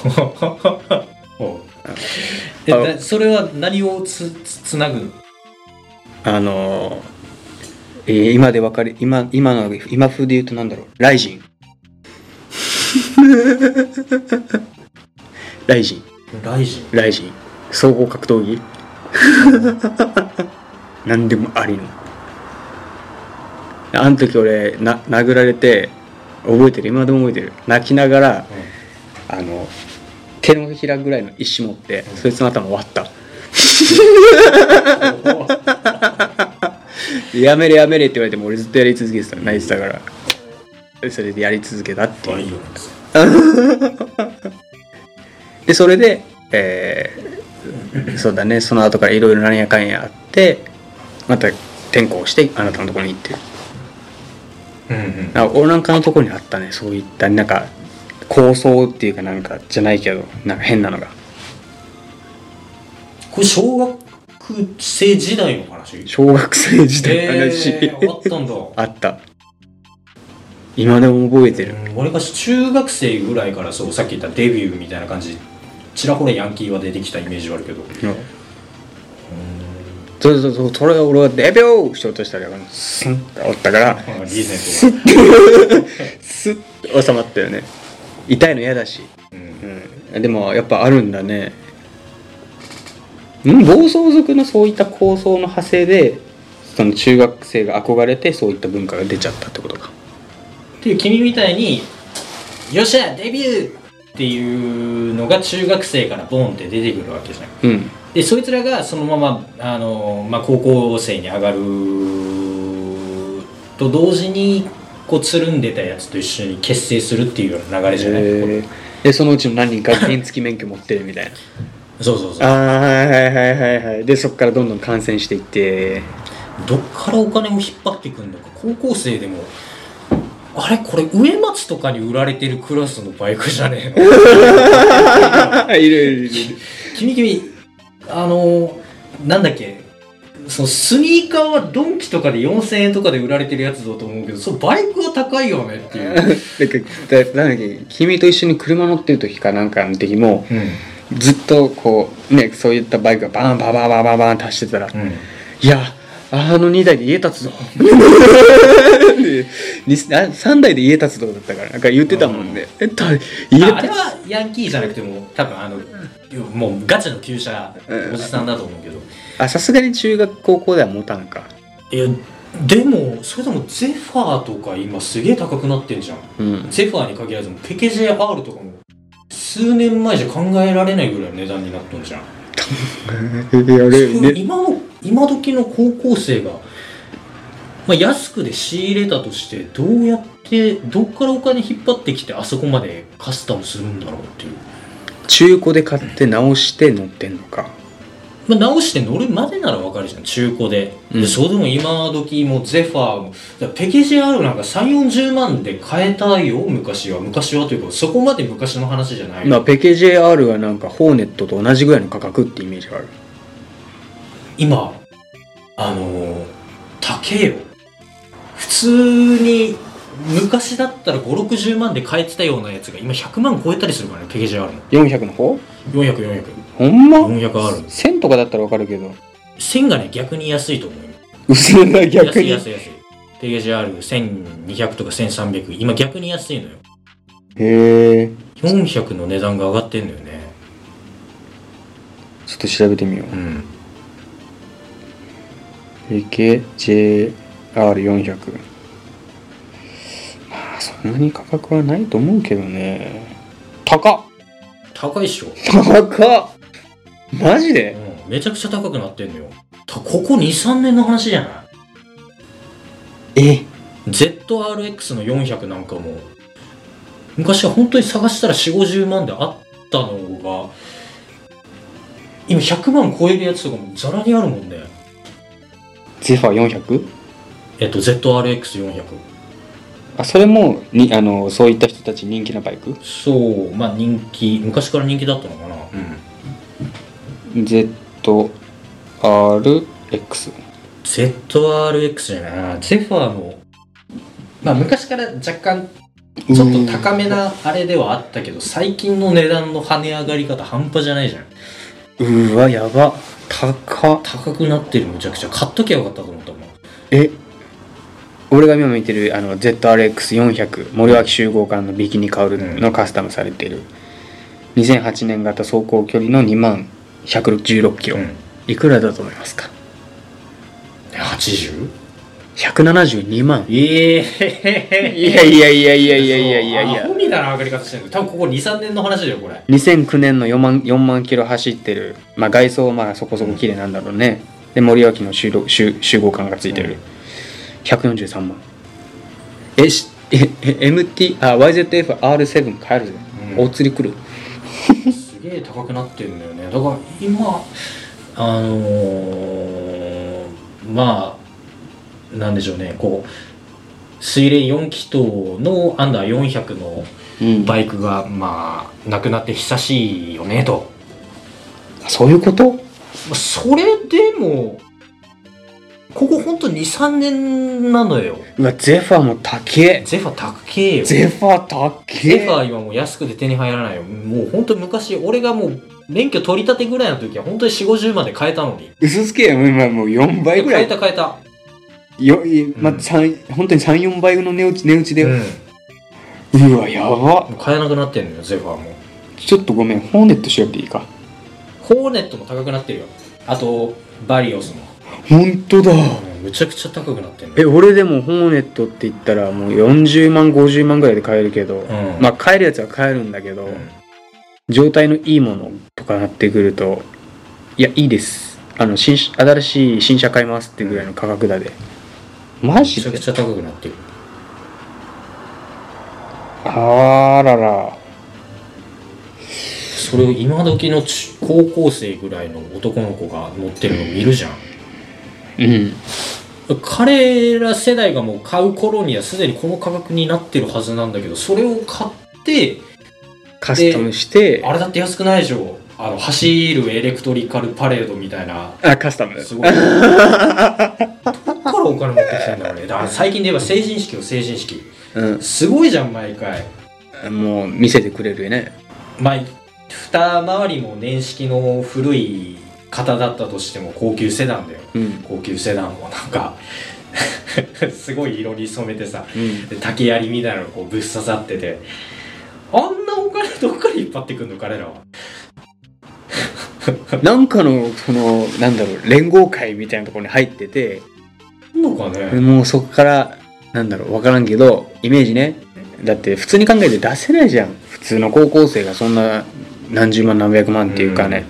[SPEAKER 4] ーおう え
[SPEAKER 3] あ
[SPEAKER 4] だそれは何をつつつなぐの
[SPEAKER 3] あのーえー今でわかり今今の今風で言うとなんだろうライジンライジン
[SPEAKER 4] ライジン
[SPEAKER 3] ライジン総合格闘技何でもありのあの時俺な殴られて覚えてる今でも覚えてる泣きながらあの手のひらぐらいの石持ってそいつの頭割った やめれやめれって言われても俺ずっとやり続けてた泣いてたからそれでやり続けたって
[SPEAKER 4] ラ
[SPEAKER 3] い
[SPEAKER 4] イ
[SPEAKER 3] う
[SPEAKER 4] オン
[SPEAKER 3] でそれでえーそうだねその後からいろいろなんやかんやあってまた転校してあなたのところに行ってる
[SPEAKER 4] うんうん
[SPEAKER 3] あ俺なんかのところにあったねそういったなんか構想っていうかなんかじゃないけどなんか変なのが
[SPEAKER 4] これ小学生時代の話
[SPEAKER 3] 小学生時代の話、
[SPEAKER 4] えー、あったんだ
[SPEAKER 3] あった今でも覚えてる
[SPEAKER 4] うん俺が中学生ぐらいからそうさっき言ったデビューみたいな感じちらほらヤンキーは出てきたイメージはあるけど
[SPEAKER 3] そうそうそうそれが俺がデビューしようとしたらスンっておったから
[SPEAKER 4] あリーゼント
[SPEAKER 3] スッて収まったよね痛いの嫌だし、
[SPEAKER 4] が、うん
[SPEAKER 3] うん、でもやっぱあるんだねうん暴走族のそういった構想の派生でその中学生が憧れてそういった文化が出ちゃったってことか
[SPEAKER 4] っていう君みたいに「よっしゃデビュー!」っていうのが中学生からボンって出てくるわけじゃん
[SPEAKER 3] うん
[SPEAKER 4] でそいつらがそのままあの、まあ、高校生に上がると同時にこうつるんでたやつと一緒に結成するっていうような流れじゃない、
[SPEAKER 3] へーでそのうちの何人か原付免許持ってるみたいな
[SPEAKER 4] そうそうそう
[SPEAKER 3] ああはいはいはいはいはいでそこからどんどん感染していって
[SPEAKER 4] どっからお金を引っ張ってくるのか高校生でもあれこれ植松とかに売られてるクラスのバイクじゃ ねえの
[SPEAKER 3] あいるいるいるいる
[SPEAKER 4] 君君あのなんだっけそのスニーカーはドンキとかで4000円とかで売られてるやつだと思うけどそのバイクは高いよねってい
[SPEAKER 3] な
[SPEAKER 4] う、
[SPEAKER 3] んかだなんだっけ君と一緒に車乗ってる時かなんかの時もずっとこうねそういったバイクがバーンバーンバーンバーンバーンって走ってたら、
[SPEAKER 4] うん
[SPEAKER 3] いやああの2台で家建つぞでにあ3台で家建つぞだったからなんか言ってたもんね、えっと家
[SPEAKER 4] ああれ
[SPEAKER 3] 建つ
[SPEAKER 4] はヤンキーじゃなくても多分あのもうガチの旧車おじさんだと思うけど、
[SPEAKER 3] あさすがに中学高校では持たんか
[SPEAKER 4] いやでもそれでもゼファーとか今すげえ高くなってんじゃん
[SPEAKER 3] うん
[SPEAKER 4] ゼファーに限らずもケケ JR とかも数年前じゃ考えられないぐらいの値段になっとんじゃん、
[SPEAKER 3] いやあれ
[SPEAKER 4] そう
[SPEAKER 3] ね
[SPEAKER 4] 今の今時の高校生が、まあ、安くで仕入れたとしてどうやってどっからお金引っ張ってきてあそこまでカスタムするんだろうっていう、
[SPEAKER 3] 中古で買って直して乗ってんのか
[SPEAKER 4] まあ、直して乗るまでならわかるじゃん中古で,
[SPEAKER 3] う
[SPEAKER 4] で、
[SPEAKER 3] ん
[SPEAKER 4] それでも今時もうゼファーもだからペケ JR なんか3 4 0万で買えたよ昔は昔はというかそこまで昔の話じゃない、
[SPEAKER 3] まあペケ JR はなんかホーネットと同じぐらいの価格ってイメージがある
[SPEAKER 4] 今あのー高えよ普通に昔だったら560万で買えてたようなやつが今100万超えたりするからねペケ JR の
[SPEAKER 3] 400の方
[SPEAKER 4] 400400
[SPEAKER 3] ほんま
[SPEAKER 4] 400ある
[SPEAKER 3] 1000とかだったらわかるけど
[SPEAKER 4] 1000がね逆に安いと思うよ
[SPEAKER 3] 薄いな逆にへ
[SPEAKER 4] 安い安い安いペケ JR1200 とか1300今逆に安いのよ
[SPEAKER 3] え
[SPEAKER 4] 400の値段が上がってんのよね
[SPEAKER 3] ちょっと調べてみよう
[SPEAKER 4] うん
[SPEAKER 3] ペケ JR400 まあそんなに価格はないと思うけどね高っ
[SPEAKER 4] 高いっしょ、
[SPEAKER 3] 高っマジ
[SPEAKER 4] う
[SPEAKER 3] で
[SPEAKER 4] ん、めちゃくちゃ高くなってんのよたここ23年の話じゃない
[SPEAKER 3] え
[SPEAKER 4] ZRX の400なんかも昔は本当に探したら4 5 0万であったのが今100万超えるやつとかもざらにあるもんね
[SPEAKER 3] ゼファー 400?
[SPEAKER 4] えっと ZRX400
[SPEAKER 3] あそれもにあのそういった人たち人気なバイク
[SPEAKER 4] そうまあ人気昔から人気だったのかな
[SPEAKER 3] ZRX
[SPEAKER 4] ZRX じゃないなゼファーもまあ昔から若干ちょっと高めなあれではあったけど最近の値段の跳ね上がり方半端じゃないじゃん
[SPEAKER 3] うんうわやば高っ
[SPEAKER 4] 高くなってるむちゃくちゃ買っときゃよかったと思ったもん
[SPEAKER 3] え俺が今見てるあの ZRX400 森脇集合艦のビキニカウルのカスタムされている2008年型走行距離の2万116キロ、
[SPEAKER 4] うん
[SPEAKER 3] いくらだと思いますか
[SPEAKER 4] 80?
[SPEAKER 3] 172万
[SPEAKER 4] ええ
[SPEAKER 3] いやいやいやいやいやいやいやい
[SPEAKER 4] ア
[SPEAKER 3] や
[SPEAKER 4] ホみたいな上がり方してるの多分ここ23年の話だよこれ
[SPEAKER 3] 2009年の4万 ,4 万キロ走ってる、まあ、外装まあそこそこ綺麗なんだろうねで森脇の集録集集合感がついてる、
[SPEAKER 4] うん
[SPEAKER 3] 143万えしええ MT あ YZF-R7 買えるぜ、
[SPEAKER 4] うん
[SPEAKER 3] お釣り来る
[SPEAKER 4] すげえ高くなってるんだよねだから今あのーまあなんでしょうねこう水冷4気筒のアンダー400の
[SPEAKER 3] うん
[SPEAKER 4] バイクがまあなくなって久しいよねと
[SPEAKER 3] そういうこと
[SPEAKER 4] まあそれでもここほんと23年なのよ
[SPEAKER 3] うわゼファーも高え
[SPEAKER 4] ゼファ高えよ
[SPEAKER 3] ゼファー高え
[SPEAKER 4] ゼファー今もう安くて手に入らないよ。もう本当昔、俺がもう免許取り立てぐらいの時は本当に4、50まで買えたのに。
[SPEAKER 3] 嘘つけよ今もう4倍ぐら
[SPEAKER 4] 買え
[SPEAKER 3] い
[SPEAKER 4] た買えた。
[SPEAKER 3] よいま
[SPEAKER 4] うん
[SPEAKER 3] 三本当に34倍の値打ち値打ち
[SPEAKER 4] うん
[SPEAKER 3] で、。うわやば
[SPEAKER 4] もう買えなくなってんのよ、ゼファーも。
[SPEAKER 3] ちょっとごめんホーネット調べていいか
[SPEAKER 4] ホーネットも高くなってるよ。あと、バリオスも。
[SPEAKER 3] 本当だ
[SPEAKER 4] うんむちゃくちゃ高くなってんの
[SPEAKER 3] え
[SPEAKER 4] よ。
[SPEAKER 3] 俺でもホーネットって言ったらもう40万50万ぐらいで買えるけど、
[SPEAKER 4] うん
[SPEAKER 3] まあ買えるやつは買えるんだけど、
[SPEAKER 4] うん
[SPEAKER 3] 状態のいいものとかなってくるといやいいですあの新車新しい新車買いますってぐらいの価格だで、マ
[SPEAKER 4] め
[SPEAKER 3] ジ
[SPEAKER 4] ちゃ
[SPEAKER 3] で
[SPEAKER 4] くちゃ高くなってる。
[SPEAKER 3] あらら
[SPEAKER 4] それを今時の中高校生ぐらいの男の子が乗ってるの見るじゃん。
[SPEAKER 3] うん
[SPEAKER 4] 彼ら世代がもう買う頃にはすでにこの価格になってるはずなんだけど、それを買って、
[SPEAKER 3] カスタムして
[SPEAKER 4] あれだって安くないでしょあの走るエレクトリカルパレードみたいな
[SPEAKER 3] あカスタム
[SPEAKER 4] すごいどっからお金持ってきてんだろう ねだから最近で言えば成人式よ成人式
[SPEAKER 3] う
[SPEAKER 4] すごいじゃん毎回
[SPEAKER 3] んもう見せてくれるよね
[SPEAKER 4] まあ二回りも年式の古い型だったとしても高級セダンだよ、
[SPEAKER 3] うん
[SPEAKER 4] 高級セダンをなんか すごい色に染めてさ、
[SPEAKER 3] うん
[SPEAKER 4] で竹槍みたいなのがこうぶっ刺さっててあんなお金どっから引っ張ってくんの彼らは
[SPEAKER 3] なんかのそのなんだろう連合会みたいなところに入ってて
[SPEAKER 4] あんのかね、
[SPEAKER 3] もうそこからなんだろう分からんけどイメージねだって普通に考えて出せないじゃん普通の高校生がそんな何十万何百万っていうかね、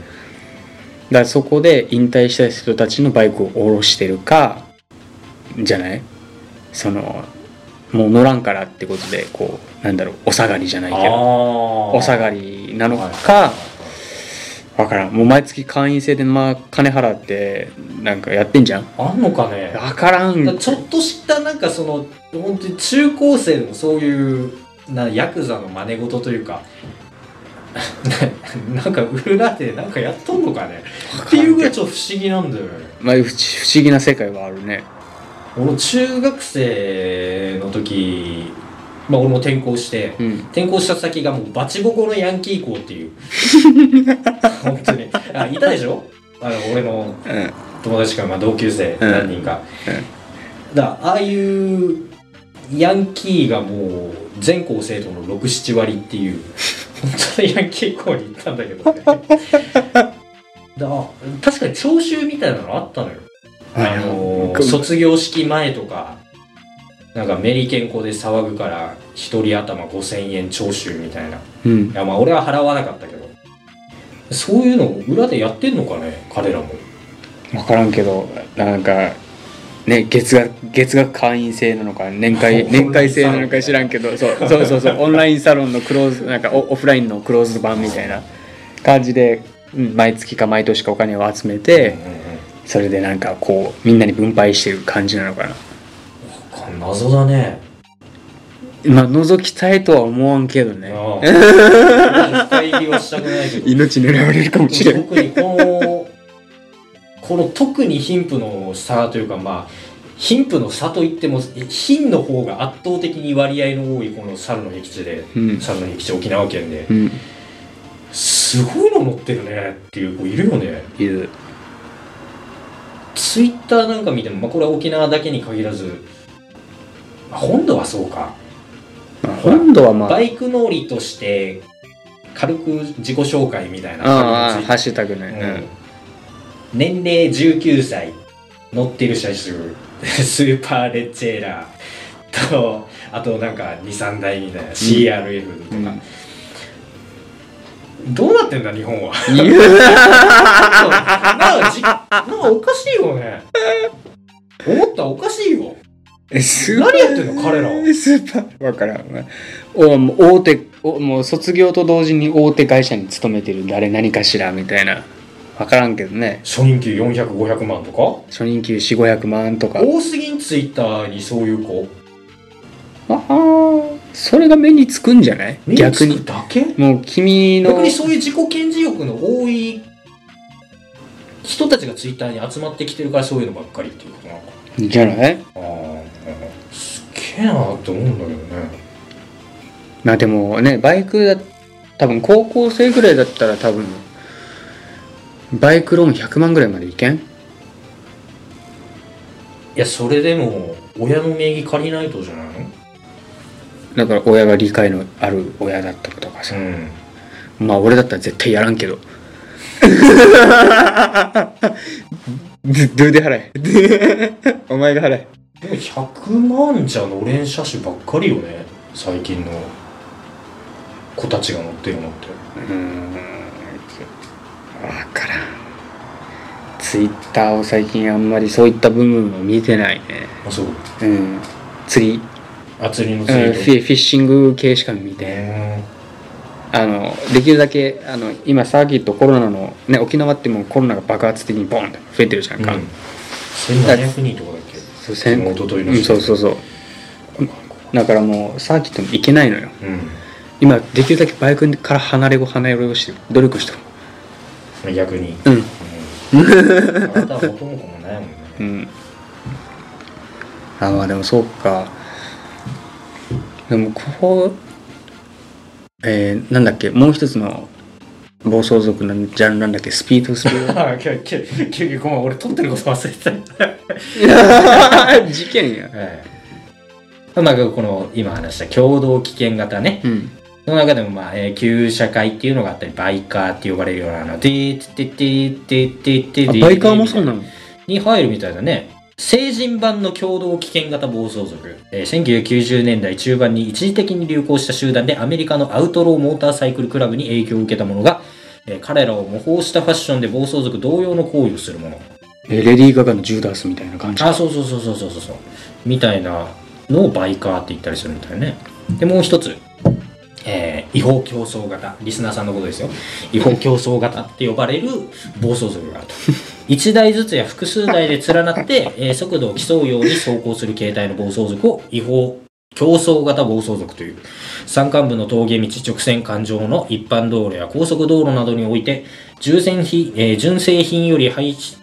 [SPEAKER 3] だからそこで引退した人たちのバイクを下ろしてるかじゃないそのもう乗らんからってことでこうなんだろうお下がりじゃないけどお
[SPEAKER 4] お
[SPEAKER 3] 下
[SPEAKER 4] が
[SPEAKER 3] がりなの
[SPEAKER 4] はい
[SPEAKER 3] かわからんもう毎月会員制でまあ金払ってなんかやってんじゃん
[SPEAKER 4] あんのかね
[SPEAKER 3] わからん
[SPEAKER 4] だからちょっとしたなんかその本当に中高生でもそういうなヤクザの真似事というか ななんか裏でなんかやっとんのかねっていうぐらいちょっと不思議なんだよね
[SPEAKER 3] まあ、不不思議な世界はあるね。
[SPEAKER 4] 俺も中学生の時、まあ、俺も転校して、
[SPEAKER 3] うん。
[SPEAKER 4] 転校した先がもうバチボコのヤンキー校っていう本当にあいたでしょあの俺の友達がまあ同級生
[SPEAKER 3] うん
[SPEAKER 4] 何人か、だからああいうヤンキーがもう全校生徒の67割っ ていう本当のヤンキー校に行ったんだけどねだあ確かに聴衆みたいなのあったのよあのー卒業式前とかなんかメリケン校で騒ぐから一人頭5,000円徴収みたいない
[SPEAKER 3] うん。
[SPEAKER 4] やまあ俺は払わなかったけどそういうのを裏でやってんのかね彼らも
[SPEAKER 3] わからんけど、なんか、ね、月額、月額会員制なのか、年会、年会制なのか知らんけど、そうそうそうそう、オンラインサロンのクローズ、なんかオオフラインのクローズ版みたいな感じで、うん毎月か毎年かお金を集めて、それでなんかこう、みんなに分配してる感じなのかな。
[SPEAKER 4] これ謎だね
[SPEAKER 3] まあ、覗きたいとは思わんけどね。
[SPEAKER 4] ああ深入りはしたくないけど
[SPEAKER 3] 命狙われるかもしれん。
[SPEAKER 4] 特にこのこの特に貧富の差というかまあ貧富の差といっても貧の方が圧倒的に割合の多いこの猿の僻地で、
[SPEAKER 3] うん
[SPEAKER 4] 猿の僻地沖縄県で
[SPEAKER 3] うん。
[SPEAKER 4] すごいの乗ってるねっていう子いるよね
[SPEAKER 3] いる。
[SPEAKER 4] ツイッターなんか見ても、まあ、これは沖縄だけに限らずあ本土はそうか
[SPEAKER 3] まあ本土はまあ、
[SPEAKER 4] バイク乗りとして軽く自己紹介みたいな
[SPEAKER 3] ああ、
[SPEAKER 4] 軽くツイッター
[SPEAKER 3] ハッシュタグね。
[SPEAKER 4] 年齢19歳乗ってる車種 スーパーレッチェーラーとあとなんか23台みたいな CRF と
[SPEAKER 3] う
[SPEAKER 4] か、
[SPEAKER 3] ん
[SPEAKER 4] どうなってんだ日 本は
[SPEAKER 3] うんいや
[SPEAKER 4] なんかじなんかおかしいよね思ったらおかしいよ
[SPEAKER 3] えスーパー
[SPEAKER 4] 何やってんの彼らは
[SPEAKER 3] スーパーわからん。おもう大手お、もう卒業と同時に大手会社に勤めてる誰何かしらみたいな。わからんけどね。
[SPEAKER 4] 初任給400500万とか
[SPEAKER 3] 初任給4、500万とか。
[SPEAKER 4] 多すぎんツイッターにそういう子
[SPEAKER 3] ああ、それが目につくんじゃない逆
[SPEAKER 4] 目つ
[SPEAKER 3] に
[SPEAKER 4] く。だけ
[SPEAKER 3] もう君の
[SPEAKER 4] 逆にそういう自己顕示欲の多い人たちがツイッターに集まってきてるからそういうのばっかりっていうことなのか
[SPEAKER 3] じゃない
[SPEAKER 4] ああすっげえなって思うんだけどね
[SPEAKER 3] まあでもね、バイクだ、多分高校生ぐらいだったら多分、バイクローン100万ぐらいまでいけん
[SPEAKER 4] いやそれでも親の名義借りないとじゃないの
[SPEAKER 3] だから親が理解のある親だったとかさ、
[SPEAKER 4] ん
[SPEAKER 3] まあ俺だったら絶対やらんけどずどう で払えお前が払え
[SPEAKER 4] でも100万じゃのれん車種ばっかりよね最近の子たちが乗ってるのって
[SPEAKER 3] うーん分からんツイッターを最近あんまりそういった部分を見てないね
[SPEAKER 4] あそう
[SPEAKER 3] うん釣り、
[SPEAKER 4] 厚りの
[SPEAKER 3] うん、
[SPEAKER 4] ツ
[SPEAKER 3] フ
[SPEAKER 4] イ
[SPEAKER 3] ィフ
[SPEAKER 4] ート
[SPEAKER 3] ィッシング系しか見てないあのできるだけあの今サーキットコロナの、ね、沖縄ってもうコロナが爆発的にボンって増えてるじゃん
[SPEAKER 4] うん
[SPEAKER 3] か、
[SPEAKER 4] 1700人とかだっけ
[SPEAKER 3] そう先
[SPEAKER 4] もう一昨日の
[SPEAKER 3] うんそうそうそうだからもうサーキットに行けないのよ
[SPEAKER 4] う
[SPEAKER 3] 今できるだけバイクから離れを離れをしてる努力してる
[SPEAKER 4] ん逆に
[SPEAKER 3] うん
[SPEAKER 4] あなたは元も子もないもんね。
[SPEAKER 3] うんあまあでもそうかでもこうえー、なんだっけもう一つの暴走族のジャンルなんだっけスピードスピード
[SPEAKER 4] あ、け、け、け、け、ごめん、俺撮ってること忘れてた。
[SPEAKER 3] 事件や
[SPEAKER 4] ええ。まあ、この、今話した共同危険型ね。
[SPEAKER 3] うん
[SPEAKER 4] その中でも、まあ、えー、旧社会っていうのがあったり、バイカーって呼ばれるような、あの、てーてててててて
[SPEAKER 3] あ
[SPEAKER 4] て
[SPEAKER 3] バイカーもそうなの
[SPEAKER 4] に入るみたいだね。成人版の共同危険型暴走族、えー1990年代中盤に一時的に流行した集団でアメリカのアウトローモーターサイクルクラブに影響を受けたものが、えー彼らを模倣したファッションで暴走族同様の行為をするもの。
[SPEAKER 3] えレディー・ガガのジューダースみたいな感じ
[SPEAKER 4] あ、そうそうそうそうそうそうそう。みたいなのをバイカーって言ったりするみたいね。で、もう一つ。えー違法競争型。リスナーさんのことですよ。違法競争型って呼ばれる暴走族があると。1台ずつや複数台で連なって、えー速度を競うように走行する形態の暴走族を違法競争型暴走族という。山間部の峠道、直線環状の一般道路や高速道路などにおいて、純正品,、えー純正品より排出、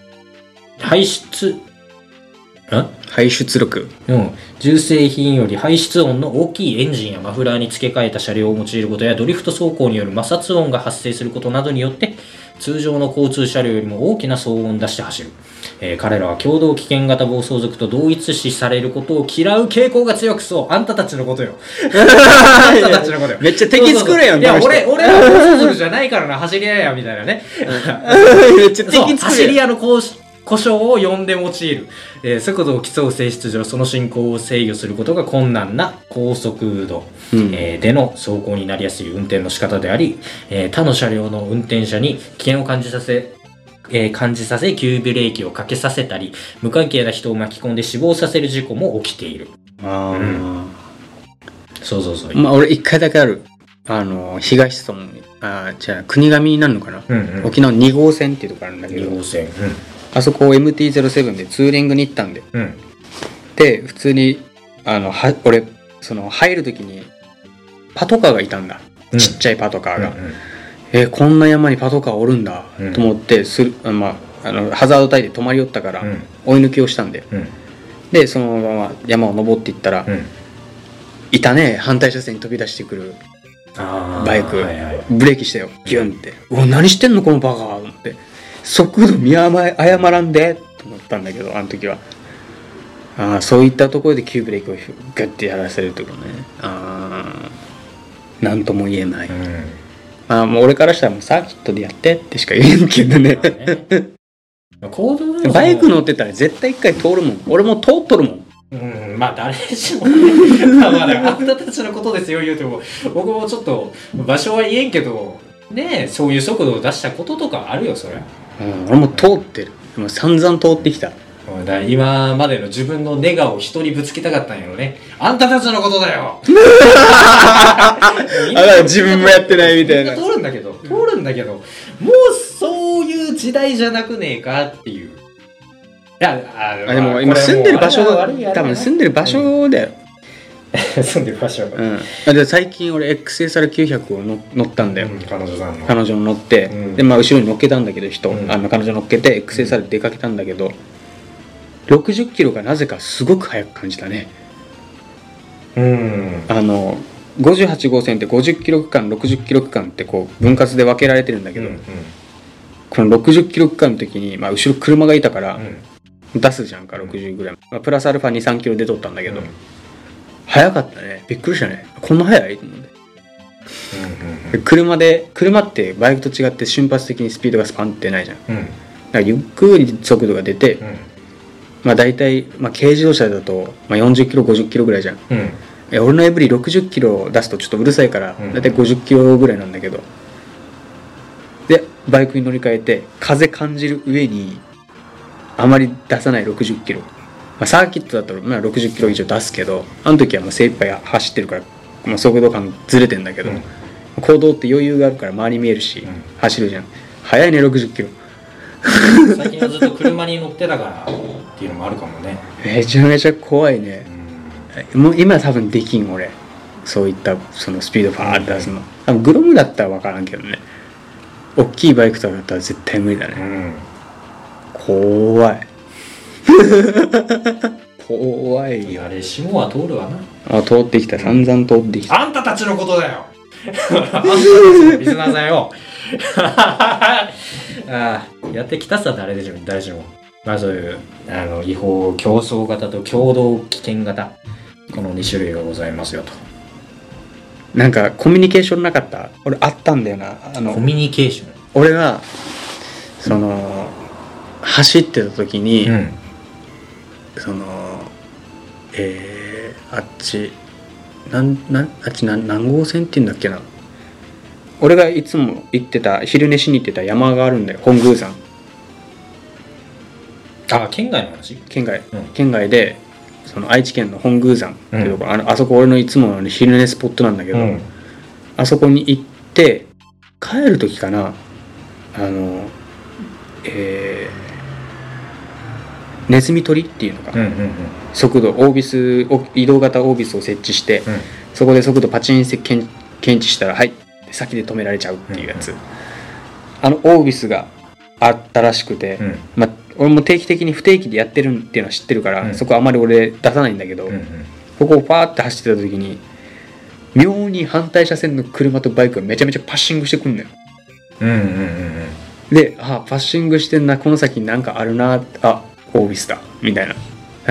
[SPEAKER 4] 排出、ん
[SPEAKER 3] 排出力
[SPEAKER 4] うん、純正品より排出音の大きいエンジンやマフラーに付け替えた車両を用いることやドリフト走行による摩擦音が発生することなどによって通常の交通車両よりも大きな騒音を出して走る、えー彼らは共同危険型暴走族と同一視されることを嫌う傾向が強くそうあんたたち のことよあんたたちのことよ
[SPEAKER 3] めっちゃ敵作れやん
[SPEAKER 4] そうそう
[SPEAKER 3] こ
[SPEAKER 4] そう
[SPEAKER 3] の人
[SPEAKER 4] いや俺俺は暴走族じゃないからな走り屋やみたいなね
[SPEAKER 3] めっちゃ
[SPEAKER 4] そう
[SPEAKER 3] 敵作
[SPEAKER 4] 走
[SPEAKER 3] れ
[SPEAKER 4] り
[SPEAKER 3] や
[SPEAKER 4] 屋の故障故障を呼んで用いる、えー速度を競う性質上その進行を制御することが困難な高速度、
[SPEAKER 3] うん
[SPEAKER 4] えーでの走行になりやすい運転の仕方であり、えー他の車両の運転者に危険を感じさせえー感じさせ急ブレーキをかけさせたり無関係な人を巻き込んで死亡させる事故も起きている
[SPEAKER 3] あー
[SPEAKER 4] そうそうそう、
[SPEAKER 3] まあ俺一回だけあるあの東村あじゃあ国神になるのかな、
[SPEAKER 4] うんうん
[SPEAKER 3] 沖縄2号線っていうとこあるんだけ
[SPEAKER 4] 2
[SPEAKER 3] ど
[SPEAKER 4] 号線
[SPEAKER 3] あそこを MT-07 でツーリングに行ったんで
[SPEAKER 4] うんうん
[SPEAKER 3] で普通にあのは俺その入る時にパトカーがいたんだ、
[SPEAKER 4] うん
[SPEAKER 3] ちっちゃいパトカーが、
[SPEAKER 4] うんうん
[SPEAKER 3] えーこんな山にパトカーおるんだ、
[SPEAKER 4] うん
[SPEAKER 3] と思ってするあまああのハザード帯で止まり寄ったから、
[SPEAKER 4] うん
[SPEAKER 3] 追い抜きをしたんで
[SPEAKER 4] うん
[SPEAKER 3] でそのまま山を登っていったら、
[SPEAKER 4] うん
[SPEAKER 3] いたね反対車線に飛び出してくる
[SPEAKER 4] あー
[SPEAKER 3] バイク
[SPEAKER 4] はいはい
[SPEAKER 3] ブレーキしたよギュンって「うわ何してんのこのバカ」と思って速度見誤え誤らんでと思ったんだけどあの時はああそういったところで急ブレーキをひゅグッてやらせるとかねああなんとも言えない、
[SPEAKER 4] うん
[SPEAKER 3] まあもう俺からしたらもうサーキットでやってってしか言えんけどね
[SPEAKER 4] まあ行動能力も
[SPEAKER 3] バイク乗ってたら絶対一回通るもん俺も通っとるもん
[SPEAKER 4] うん、まあ誰し もねまあまああんたたちのことですよ言うても僕もちょっと場所は言えんけどねえそういう速度を出したこととかあるよそりゃ
[SPEAKER 3] うん俺も通ってるもう散々通ってきた
[SPEAKER 4] だから今までの自分のネガを人にぶつけたかったんやろねあんたたちのことだ よ
[SPEAKER 3] あだから自分もやってないみたいな
[SPEAKER 4] みん通るんだけど通るんだけどもうそういう時代じゃなくねえかっていういやあ
[SPEAKER 3] あで
[SPEAKER 4] ま
[SPEAKER 3] も
[SPEAKER 4] あ
[SPEAKER 3] 今
[SPEAKER 4] これ
[SPEAKER 3] 住んでる場所
[SPEAKER 4] もう
[SPEAKER 3] が
[SPEAKER 4] あれは悪いあれは
[SPEAKER 3] 多分住んでる場所だよ、
[SPEAKER 4] 住んでる場所が
[SPEAKER 3] うん、あで最近俺 XSR900 をの乗ったんだよ、
[SPEAKER 4] うん彼女さんの
[SPEAKER 3] 彼女乗って、
[SPEAKER 4] うん
[SPEAKER 3] でまあ後ろに乗っけたんだけど人、
[SPEAKER 4] うん
[SPEAKER 3] あの彼女乗っけて XSR 出かけたんだけど60キロがなぜかすごく速く感じたね
[SPEAKER 4] うん
[SPEAKER 3] あの58号線って50キロ区間60キロ区間ってこう分割で分けられてるんだけど、
[SPEAKER 4] うん
[SPEAKER 3] この60キロ区間の時に、まあ、後ろ車がいたから
[SPEAKER 4] うん
[SPEAKER 3] 出すじゃんか60ぐらい、まあ、プラスアルファ23キロ出とったんだけ
[SPEAKER 4] うん
[SPEAKER 3] ど、速かったねびっくりしたねこんな速いと思って車で車ってバイクと違って瞬発的にスピードがスパンってないじゃんだ
[SPEAKER 4] うんうん
[SPEAKER 3] からゆっくり速度が出て、
[SPEAKER 4] う
[SPEAKER 3] まあ大体、まあ、軽自動車だと、まあ、40キロ50キロぐらいじゃん
[SPEAKER 4] んうん
[SPEAKER 3] え俺のエブリィ60キロ出すとちょっとうるさいから
[SPEAKER 4] うん
[SPEAKER 3] 大体50キロぐらいなんだけどでバイクに乗り換えて風感じる上にあまり出さない60キロ、まあ、サーキットだとまあ60キロ以上出すけどあの時はもう精一杯走ってるから、まあ、速度感ずれてんだけど、
[SPEAKER 4] うん
[SPEAKER 3] 行動って余裕があるから周り見えるし、
[SPEAKER 4] ん
[SPEAKER 3] 走るじゃん速いね60キロ
[SPEAKER 4] 最近はずっと車に乗ってたからっていうのもあるかもね
[SPEAKER 3] めちゃめちゃ怖いねもう今多分できん俺そういったそのスピードバーって出すの、多分グロムだったら分からんけどね大きいバイクとかだったら絶対無理だ
[SPEAKER 4] う
[SPEAKER 3] ね
[SPEAKER 4] ん
[SPEAKER 3] 怖 い怖い
[SPEAKER 4] い
[SPEAKER 3] よ
[SPEAKER 4] やあれ霜は通るわな
[SPEAKER 3] あ通ってきた散々通ってきた
[SPEAKER 4] あんたたちのことだよあんたたちのリスナーさんよああやってきたさ誰でしょう誰でしょうまあそういうあの違法競争型と共同危険型この2種類がございますよと
[SPEAKER 3] なんかコミュニケーションなかった俺あったんだよなあ
[SPEAKER 4] コ
[SPEAKER 3] の
[SPEAKER 4] ミュニケーショ
[SPEAKER 3] 俺はその走ってた時に、
[SPEAKER 4] ンうん
[SPEAKER 3] そのえー、あっちなんなんあっちなん何号線って言うんだっけな俺がいつも行ってた昼寝しに行ってた山があるんだよ本宮山
[SPEAKER 4] あ県外の話
[SPEAKER 3] 県外、
[SPEAKER 4] うん
[SPEAKER 3] 県外でその愛知県の本宮山っていうところ、あのあそこ俺のいつもの昼寝スポットなんだけど、
[SPEAKER 4] うん
[SPEAKER 3] あそこに行って帰る時かなあのえーネズミ捕りっていうのか、
[SPEAKER 4] うんうんうん
[SPEAKER 3] 速度オービスを移動型オービスを設置して、
[SPEAKER 4] うん
[SPEAKER 3] そこで速度パチンって検検知したら「はい」って先で止められちゃうっていうやつ、あのオービスがあったらしくて、
[SPEAKER 4] うん
[SPEAKER 3] まあ、俺も定期的に不定期でやってるっていうのは知ってるから、
[SPEAKER 4] うん
[SPEAKER 3] そこはあまり俺出さないんだけど、
[SPEAKER 4] うんうん
[SPEAKER 3] ここをパーって走ってた時に妙に反対車線の車とバイクがめちゃめちゃパッシングしてくんのよ
[SPEAKER 4] うんうんうんうん
[SPEAKER 3] であパッシングしてんなこの先になんかあるなあオービスだみたいな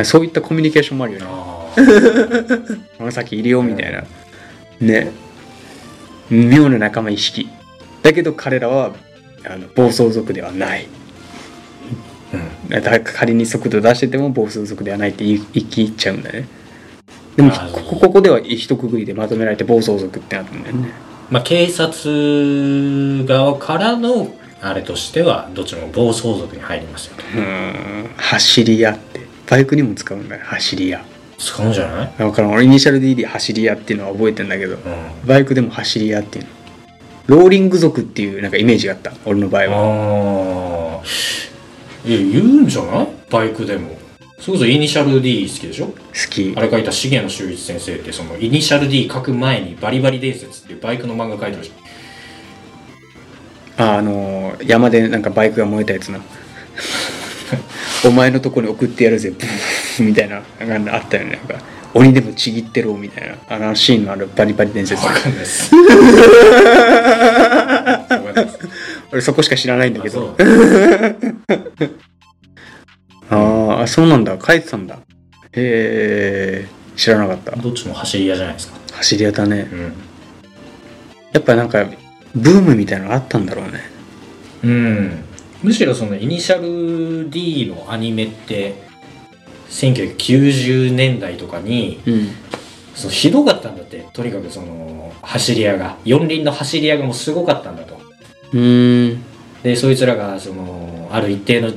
[SPEAKER 3] そういったコミュニケーションもあるよね
[SPEAKER 4] あ
[SPEAKER 3] この先いるよみたいな、ね妙な仲間意識だけど彼らはあの暴走族ではない
[SPEAKER 4] ーう
[SPEAKER 3] だ
[SPEAKER 4] ん
[SPEAKER 3] から仮に速度出してても暴走族ではないって言い言い切っちゃうんだねでも
[SPEAKER 4] あー
[SPEAKER 3] ここここでは一括りでまとめられて暴走族ってなったんだよね
[SPEAKER 4] まあ、警察側からのあれとしてはどっちも暴走族に入りますよと
[SPEAKER 3] うん走り屋ってバイクにも使うんだよ走り屋
[SPEAKER 4] 使うんじゃない、
[SPEAKER 3] だからん俺イニシャル D で走り屋っていうのは覚えてんだけど
[SPEAKER 4] うん、
[SPEAKER 3] バイクでも走り屋っていうのローリング族っていうなんかイメージがあった俺の場合は
[SPEAKER 4] ああいや言うんじゃないバイクでもそれこそイニシャル D 好きでしょ
[SPEAKER 3] 好き
[SPEAKER 4] あれ書いた重野修一先生ってそのイニシャル D 書く前に「バリバリ伝説」っていうバイクの漫画書いてまし
[SPEAKER 3] ああのー山でなんかバイクが燃えたやつな お前のとこに送ってやるぜ ブーみたいななんかあったよねなんか鬼でもちぎってろみたいなあのシーンのあるバリバリ伝説
[SPEAKER 4] たわかんないですわかんないです
[SPEAKER 3] 俺そこしか知らないんだ
[SPEAKER 4] あ
[SPEAKER 3] け
[SPEAKER 4] そ
[SPEAKER 3] ど
[SPEAKER 4] う
[SPEAKER 3] ああーそうなんだ書いてたんだへえ知らなかった
[SPEAKER 4] どっちも走り屋じゃないですか
[SPEAKER 3] 走り屋だね
[SPEAKER 4] うん
[SPEAKER 3] やっぱなんかブームみたいなのあったんだろうね
[SPEAKER 4] うん、むしろそのイニシャル D のアニメって1990年代とかに
[SPEAKER 3] うん
[SPEAKER 4] そのひどかったんだってとにかくその走り屋が四輪の走り屋がもうすごかったんだと
[SPEAKER 3] うーん
[SPEAKER 4] でそいつらがそのある一定の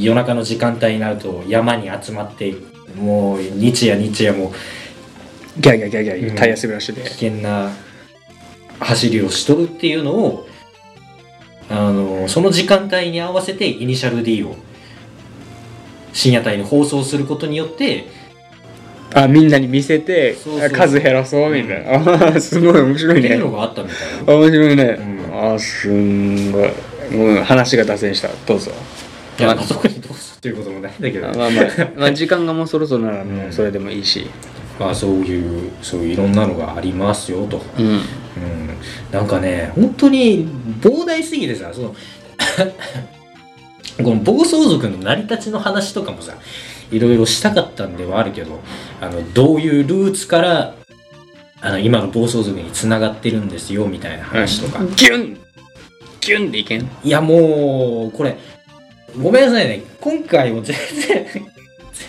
[SPEAKER 4] 夜中の時間帯になると山に集まってもう日夜日夜も
[SPEAKER 3] ギャーギャーギャーギャ
[SPEAKER 4] う
[SPEAKER 3] ー
[SPEAKER 4] ん
[SPEAKER 3] タイヤ滑らしてて
[SPEAKER 4] 危険な走りをしとるっていうのをあのその時間帯に合わせてイニシャル D を深夜帯に放送することによって
[SPEAKER 3] あみんなに見せて
[SPEAKER 4] そうそう
[SPEAKER 3] あ数減らそうみたいな、あーすごい面白
[SPEAKER 4] って
[SPEAKER 3] い
[SPEAKER 4] い
[SPEAKER 3] ね
[SPEAKER 4] うのがあったみた いな
[SPEAKER 3] 面白いね、
[SPEAKER 4] うん
[SPEAKER 3] あーすんごい、うん、話が脱線したどうぞ
[SPEAKER 4] いやまあ特にどうするっていうこともないんだけど、
[SPEAKER 3] まあまあ、まあ、時間がもうそろそろならもううんそれでもいいし
[SPEAKER 4] まあ、そういうそういういろんなのがありますよと、
[SPEAKER 3] うん、
[SPEAKER 4] うん、なんかね本当に膨大すぎてさその この暴走族の成り立ちの話とかもさいろいろしたかったんではあるけどあのどういうルーツからあの今の暴走族につながってるんですよみたいな話とか、
[SPEAKER 3] ギュンギュンでいけん
[SPEAKER 4] いやもうこれごめんなさいね今回も全然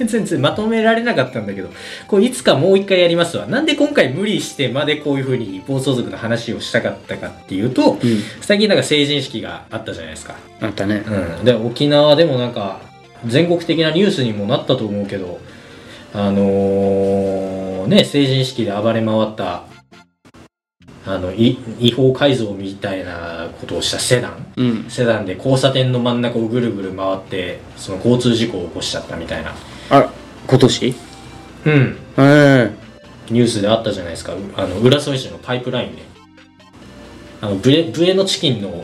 [SPEAKER 4] 全然まとめられなかったんだけどこれいつかもう一回やりますわなんで今回無理してまでこういうふうに暴走族の話をしたかったかっていうと、
[SPEAKER 3] うん
[SPEAKER 4] 最近なんか成人式があったじゃないですか、
[SPEAKER 3] あったね
[SPEAKER 4] うん、で沖縄でもなんか全国的なニュースにもなったと思うけどあのーね成人式で暴れ回ったあのい違法改造みたいなことをしたセダン
[SPEAKER 3] うん
[SPEAKER 4] セダンで交差点の真ん中をぐるぐる回ってその交通事故を起こしちゃったみたいな
[SPEAKER 3] あら今年え
[SPEAKER 4] うん
[SPEAKER 3] え
[SPEAKER 4] ニュースであったじゃないです かうあの浦添市のパイプラインであのブエブエのチキンの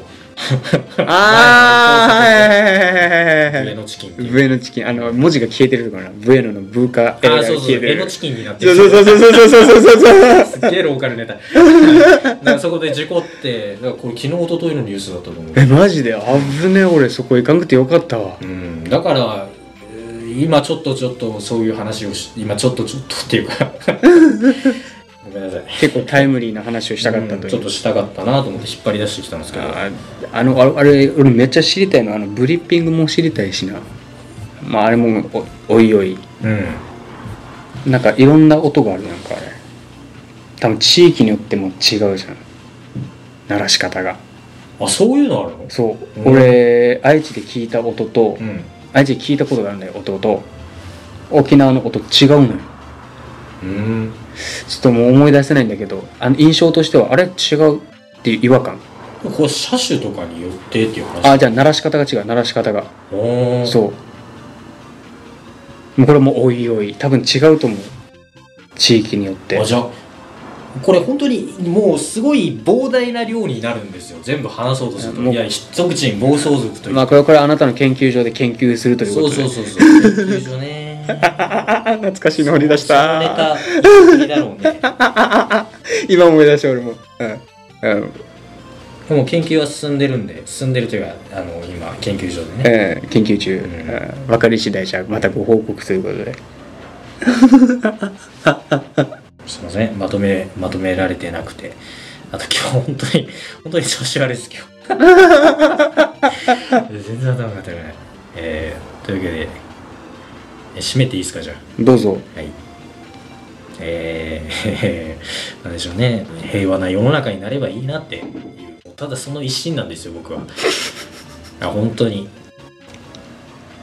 [SPEAKER 3] ああ、はいはいはいはいは
[SPEAKER 4] 上
[SPEAKER 3] い。
[SPEAKER 4] のチキンっていう。
[SPEAKER 3] 上のチキン、あの、文字が消えてるところな。ブエノのブーカ
[SPEAKER 4] あ
[SPEAKER 3] ー
[SPEAKER 4] あ、そうそう、
[SPEAKER 3] 消えて
[SPEAKER 4] 上の
[SPEAKER 3] る。
[SPEAKER 4] チキンになって
[SPEAKER 3] そ
[SPEAKER 4] る
[SPEAKER 3] うそうそうそうそうそうそうそう
[SPEAKER 4] すっげえローカルネ タ。だからそこで事故って、だからこれ昨日一昨日のニュースだったと思う。
[SPEAKER 3] え、マジで危ねえ俺そこ行かんくてよかったわ
[SPEAKER 4] う。ん、だから、えー今ちょっとちょっとそういう話をし、今ちょっとちょっとっていう か、ごめんなさい。
[SPEAKER 3] 結構タイムリーな話をしたかった
[SPEAKER 4] う
[SPEAKER 3] と
[SPEAKER 4] ん
[SPEAKER 3] い
[SPEAKER 4] ちょ
[SPEAKER 3] う
[SPEAKER 4] っとしたかったなと思って引っ張り出してきたんですけど。
[SPEAKER 3] ああのあれあれ俺めっちゃ知りたいのあのブリッピングも知りたいしなまああれもおおいおい
[SPEAKER 4] うん。
[SPEAKER 3] なんかいろんな音があるやんかあれ多分地域によっても違うじゃん鳴らし方が
[SPEAKER 4] あ、そういうのあるの
[SPEAKER 3] そううん俺愛知で聞いた音と
[SPEAKER 4] うん。
[SPEAKER 3] 愛知で聞いたことがあるんだよ音と沖縄の音違うのよ
[SPEAKER 4] うん。
[SPEAKER 3] ちょっともう思い出せないんだけどあの印象としてはあれ違うっていう違和感
[SPEAKER 4] これ車種とかによってっていう話
[SPEAKER 3] あじゃあ鳴らし方が違う鳴らし方が
[SPEAKER 4] おー
[SPEAKER 3] そうもうこれもおいおい多分違うと思う地域によって
[SPEAKER 4] あじゃあこれ本当にもうすごい膨大な量になるんですよ全部話そうとする
[SPEAKER 3] いやも
[SPEAKER 4] と
[SPEAKER 3] う
[SPEAKER 4] いや一口に暴走族という
[SPEAKER 3] まあこれはこれはあなたの研究所で研究するというこ
[SPEAKER 4] そ
[SPEAKER 3] と
[SPEAKER 4] う
[SPEAKER 3] で
[SPEAKER 4] そうそうそう研究所ね
[SPEAKER 3] ああ懐かしいの思い出し
[SPEAKER 4] そのネ
[SPEAKER 3] た
[SPEAKER 4] タ一撃だろうね
[SPEAKER 3] 今思い出した俺もうんうん
[SPEAKER 4] でも研究は進んでるんで進んでるというかあの今研究所でね
[SPEAKER 3] えー研究中、
[SPEAKER 4] ん
[SPEAKER 3] うん分かり次第じゃあまたご報告ということです
[SPEAKER 4] いませんまとめまとめられてなくてあと今日本当に本当に調子悪いです 今日全然頭が当たらない、えー、というわけでえ締めていいですかじゃあ
[SPEAKER 3] どうぞ
[SPEAKER 4] はい。えー、 なんでしょうね。平和な世の中になればいいなっていう。ただその一心なんですよ、僕は。あ、本当に。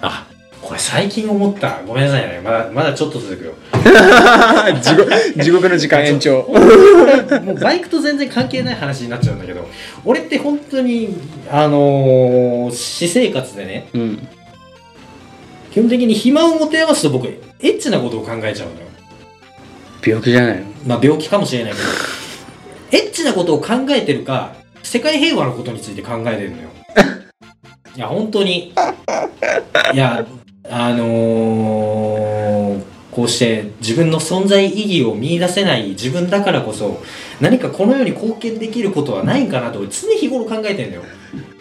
[SPEAKER 4] あ、これ最近思った。ごめんなさいね。まだ、まだちょっと続くよ。
[SPEAKER 3] 地獄地獄の時間延長
[SPEAKER 4] もうバイクと全然関係ない話になっちゃうんだけど、俺って本当に、あのー私生活でね、
[SPEAKER 3] うん
[SPEAKER 4] 基本的に暇を持て余すと僕、エッチなことを考えちゃうのよ。
[SPEAKER 3] 病気じゃないの
[SPEAKER 4] まあ病気かもしれないけど、エッチなことを考えてるか、世界平和のことについて考えてるのよ。いや、本当に。いや、あのーこうして自分の存在意義を見出せない自分だからこそ、何かこの世に貢献できることはないんかなと常日頃考えてるのよ。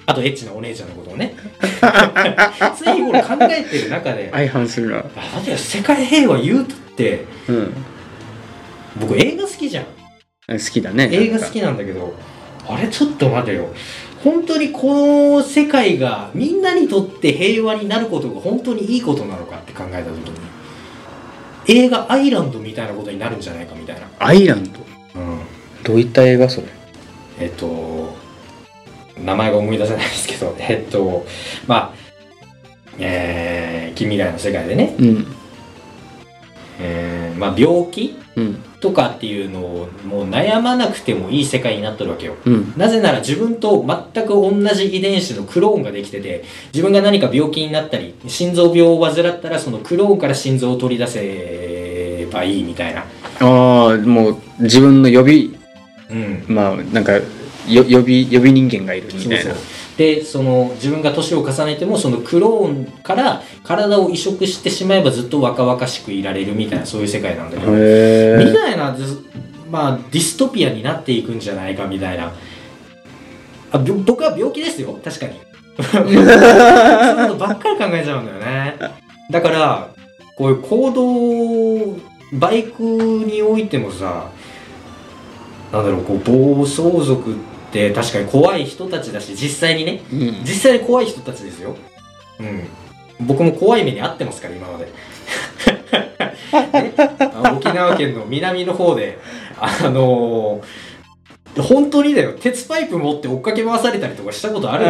[SPEAKER 4] あと、エッチなお姉ちゃんのことをね。 常日頃考えてる中で、あ、
[SPEAKER 3] 相反するな
[SPEAKER 4] 待てよ、世界平和言うたって、
[SPEAKER 3] うん
[SPEAKER 4] 僕映画好きじゃん。
[SPEAKER 3] 好きだね
[SPEAKER 4] 映画好きなんだけどあれちょっと待てよ本当にこの世界がみんなにとって平和になることが本当にいいことなのかって考えた時に映画「アイランド」みたいなことになるんじゃないかみたいな、
[SPEAKER 3] アイランドどういった映画それ
[SPEAKER 4] えっと名前が思い出せないですけどえっとまあえー、近未来の世界でね、
[SPEAKER 3] うん
[SPEAKER 4] えーまあ、病気
[SPEAKER 3] うん
[SPEAKER 4] とかっていうのをもう悩まなくてもいい世界になってるわけよ
[SPEAKER 3] うん
[SPEAKER 4] なぜなら自分と全く同じ遺伝子のクローンができてて、自分が何か病気になったり、心臓病を患ったらそのクローンから心臓を取り出せばいいみたいな。
[SPEAKER 3] ああもう自分の予備
[SPEAKER 4] うん。
[SPEAKER 3] まあなんかよ予備予備人間がいるみ
[SPEAKER 4] そう
[SPEAKER 3] たい
[SPEAKER 4] そ
[SPEAKER 3] な
[SPEAKER 4] うでその自分が年を重ねてもそのクローンから体を移植してしまえばずっと若々しくいられるみたいなそういう世界なんだけどみ
[SPEAKER 3] へえ
[SPEAKER 4] たいな、ずまあ、ディストピアになっていくんじゃないかみたいなあびょ僕は病気ですよ確かにそういうことばっかり考えちゃうんだよねだからこういう行動バイクにおいてもさなんだろうこう暴走族って確かに怖い人たちだし実際にね
[SPEAKER 3] うん
[SPEAKER 4] 実際に怖い人たちですようん僕も怖い目に遭ってますから今までねあ沖縄県の南の方であのー本当にだよ鉄パイプ持って追っかけ回されたりとかしたことあるん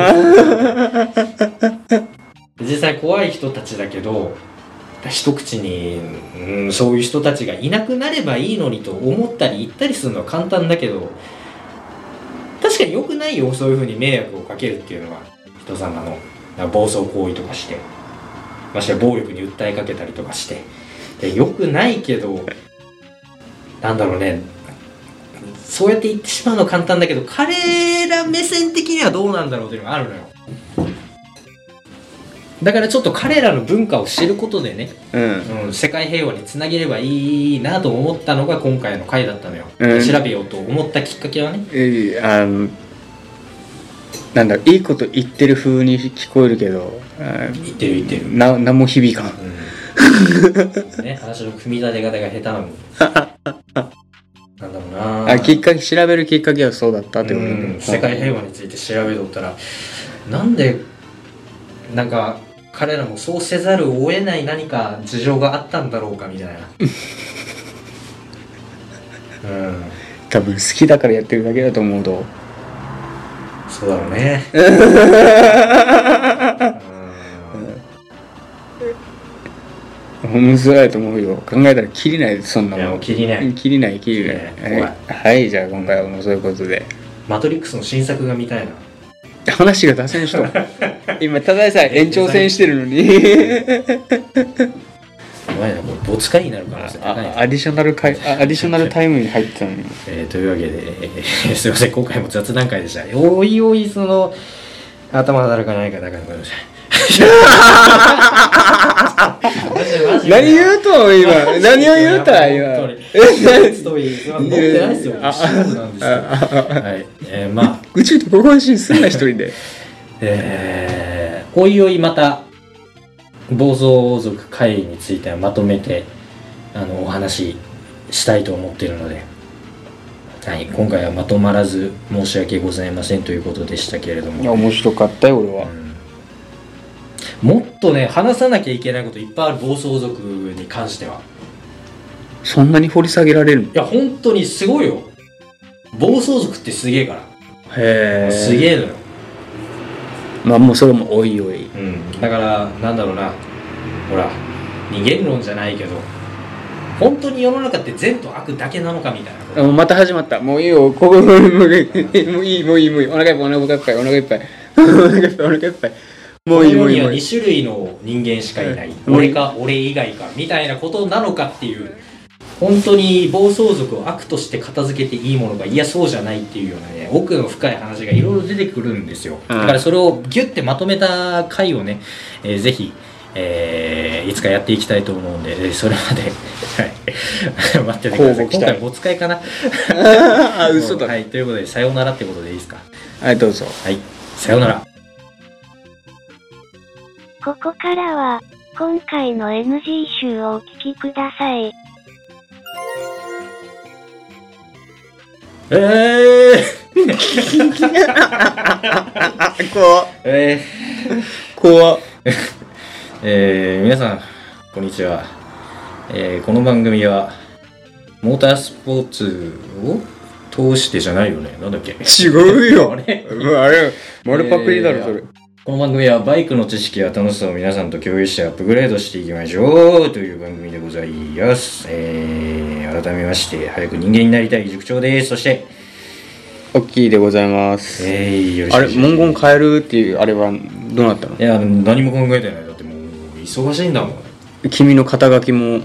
[SPEAKER 4] ですよ実際怖い人たちだけど一口に、うん、そういう人たちがいなくなればいいのにと思ったり言ったりするのは簡単だけど確かに良くないよそういうふうに迷惑をかけるっていうのは人様のなんか暴走行為とかしてましてや暴力に訴えかけたりとかしてで良くないけどなんだろうねそうやって言ってしまうのは簡単だけど彼ら目線的にはどうなんだろうというのがあるのよだからちょっと彼らの文化を知ることでね、
[SPEAKER 3] うん
[SPEAKER 4] うん、世界平和につなげればいいなと思ったのが今回の回だったのよ、
[SPEAKER 3] うん
[SPEAKER 4] 調べようと思ったきっかけはね
[SPEAKER 3] えーあのなんだろういいこと言ってる風に聞こえるけどあ
[SPEAKER 4] 言ってる言ってる
[SPEAKER 3] ーな何も響かん
[SPEAKER 4] うんね、話の組み立て方が下手な の。なんだろうな
[SPEAKER 3] あきっかけ調べるきっかけはそうだったってこと
[SPEAKER 4] うん世界平和について調べとったら、なんで、なんか、彼らもそうせざるを得ない何か事情があったんだろうかみたい な。うん、
[SPEAKER 3] 多分好きだからやってるだけだと思うと
[SPEAKER 4] そうだろう ね。
[SPEAKER 3] 面白いと思うよ考えたら切りないそん
[SPEAKER 4] う、
[SPEAKER 3] なん
[SPEAKER 4] いや、も
[SPEAKER 3] も
[SPEAKER 4] うん切りない。
[SPEAKER 3] 切りない切りない
[SPEAKER 4] 切りない
[SPEAKER 3] はいはいじゃあ今回はもうそういうことで
[SPEAKER 4] マトリックスの新作が見たいな。
[SPEAKER 3] 話が脱線しと 今ただでさえ延長戦してるのに
[SPEAKER 4] やばいな、もうボツ会になる可能性高いな
[SPEAKER 3] あアディショナルかいあアディショナルタイムに入ってたのに
[SPEAKER 4] えーというわけで、えー すいません、今回も雑談会でした。おいおい、その、頭働かないかなかなかなかマジでマジで
[SPEAKER 3] 何言うと今
[SPEAKER 4] マジで
[SPEAKER 3] 何を言うとは
[SPEAKER 4] 本
[SPEAKER 3] 今
[SPEAKER 4] 当にストーリーすいません持ってないですよ。
[SPEAKER 3] あ
[SPEAKER 4] 素人なんですよはい。えーまあ、
[SPEAKER 3] 宇宙とご関心すんな一人で
[SPEAKER 4] えーおいおいまた、暴走族会についてはまとめて、あの、お話ししたいと思っているので、はい、今回はまとまらず申し訳ございませんということでしたけれど
[SPEAKER 3] いや
[SPEAKER 4] も、
[SPEAKER 3] 面白かったよ俺は
[SPEAKER 4] うんもっとね、話さなきゃいけないこといっぱいある暴走族に関しては。
[SPEAKER 3] そんなに掘り下げられるの
[SPEAKER 4] いや、本当にすごいよ。暴走族ってすげえから。
[SPEAKER 3] へ
[SPEAKER 4] すげえのよ。
[SPEAKER 3] まあもうそれもおいおい
[SPEAKER 4] うん、だからなんだろうなほら二元論じゃないけど本当に世の中って善と悪だけなのかみたいなこと
[SPEAKER 3] あもうまた始まったもういいよここもういいもういいもういいもういいお腹いっぱいお腹いっぱいお腹いっぱいお腹いっぱいお腹いっぱいもういい
[SPEAKER 4] こ
[SPEAKER 3] も
[SPEAKER 4] の
[SPEAKER 3] うい
[SPEAKER 4] 世
[SPEAKER 3] い
[SPEAKER 4] に
[SPEAKER 3] も
[SPEAKER 4] は
[SPEAKER 3] ういい
[SPEAKER 4] 2種類の人間しかいない、
[SPEAKER 3] うん
[SPEAKER 4] 俺か俺以外かみたいなことなのかっていう本当に暴走族を悪として片付けていいものがいやそうじゃないっていうようなね奥の深い話がいろいろ出てくるんですよ、
[SPEAKER 3] うん
[SPEAKER 4] だからそれをギュッてまとめた回をね、えーぜひえーいつかやっていきたいと思うんで、えーそれまで、 はい、 待っててください。
[SPEAKER 3] 乞うご期待
[SPEAKER 4] 今回、ボツ会かな。
[SPEAKER 3] あ嘘だ
[SPEAKER 4] はい、ということで、さようならってことでいいですか。
[SPEAKER 3] はいどうぞ
[SPEAKER 4] はい、さようなら。
[SPEAKER 1] ここからは、今回の NG 集をお聞きください。
[SPEAKER 4] えー、
[SPEAKER 3] あ怖っ
[SPEAKER 4] えー
[SPEAKER 3] 怖っ
[SPEAKER 4] えー皆さん、こんにちは、えーこの番組は、モータースポーツを通してじゃないよね。なんだっけ
[SPEAKER 3] 違うよ
[SPEAKER 4] あれ
[SPEAKER 3] う わあれ丸パクリだろそれ
[SPEAKER 4] この番組はバイクの知識や楽しさを皆さんと共有してアップグレードしていきましょうという番組でございます。えー改めまして、早く人間になりたい塾長です。そして、
[SPEAKER 3] 大きいでございます
[SPEAKER 4] えーよろしく
[SPEAKER 3] あ
[SPEAKER 4] お願
[SPEAKER 3] れ
[SPEAKER 4] いします
[SPEAKER 3] 文言変えるっていうあれはどうなったの
[SPEAKER 4] いや、何も考えてない。だってもう、忙しいんだもん。
[SPEAKER 3] 君の肩書きも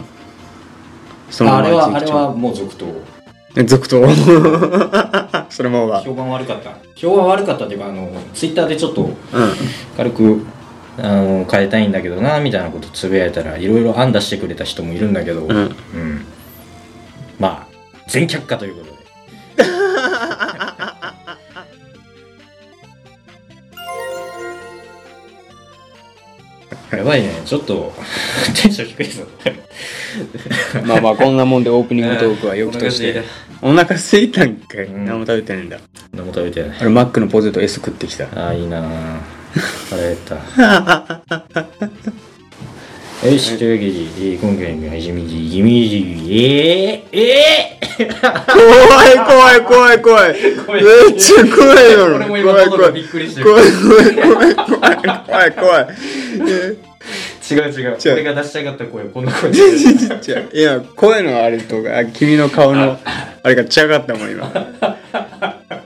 [SPEAKER 3] そ
[SPEAKER 4] ああれ
[SPEAKER 3] ま
[SPEAKER 4] は、
[SPEAKER 3] ま
[SPEAKER 4] あ
[SPEAKER 3] つい
[SPEAKER 4] れ
[SPEAKER 3] てきちゃう
[SPEAKER 4] はもう続投。
[SPEAKER 3] 続投 そのまま
[SPEAKER 4] 評判悪かった。評判悪かったっていうか、あの、ツイッターでちょっと、
[SPEAKER 3] うん
[SPEAKER 4] 軽くあの変えたいんだけどなみたいなことつぶやいたらいろいろ案出してくれた人もいるんだけど、
[SPEAKER 3] うん
[SPEAKER 4] うんまあ全却下ということで やばいねちょっとテンション低いぞ
[SPEAKER 3] まあまあこんなもんでオープニングトークはよくとしてお腹すいたんかい
[SPEAKER 4] うん
[SPEAKER 3] 何も食べてないんだ
[SPEAKER 4] 何も食べてない
[SPEAKER 3] あれマックのポテト S 食ってきた
[SPEAKER 4] ああいいな あ腹減った よしというわけでえー今回の初めにギミジえー、え
[SPEAKER 3] 怖い怖い怖い怖い
[SPEAKER 4] 怖い
[SPEAKER 3] めっちゃ怖いよ
[SPEAKER 4] ー、俺も今喉がびっくりしてる
[SPEAKER 3] 怖い怖い怖い怖い怖い怖い
[SPEAKER 4] 違う違う
[SPEAKER 3] 違う
[SPEAKER 4] 俺が出したかった声こんな 声で
[SPEAKER 3] 違ういや声のあれとかあ君の顔のあれが違かったもん今
[SPEAKER 4] あ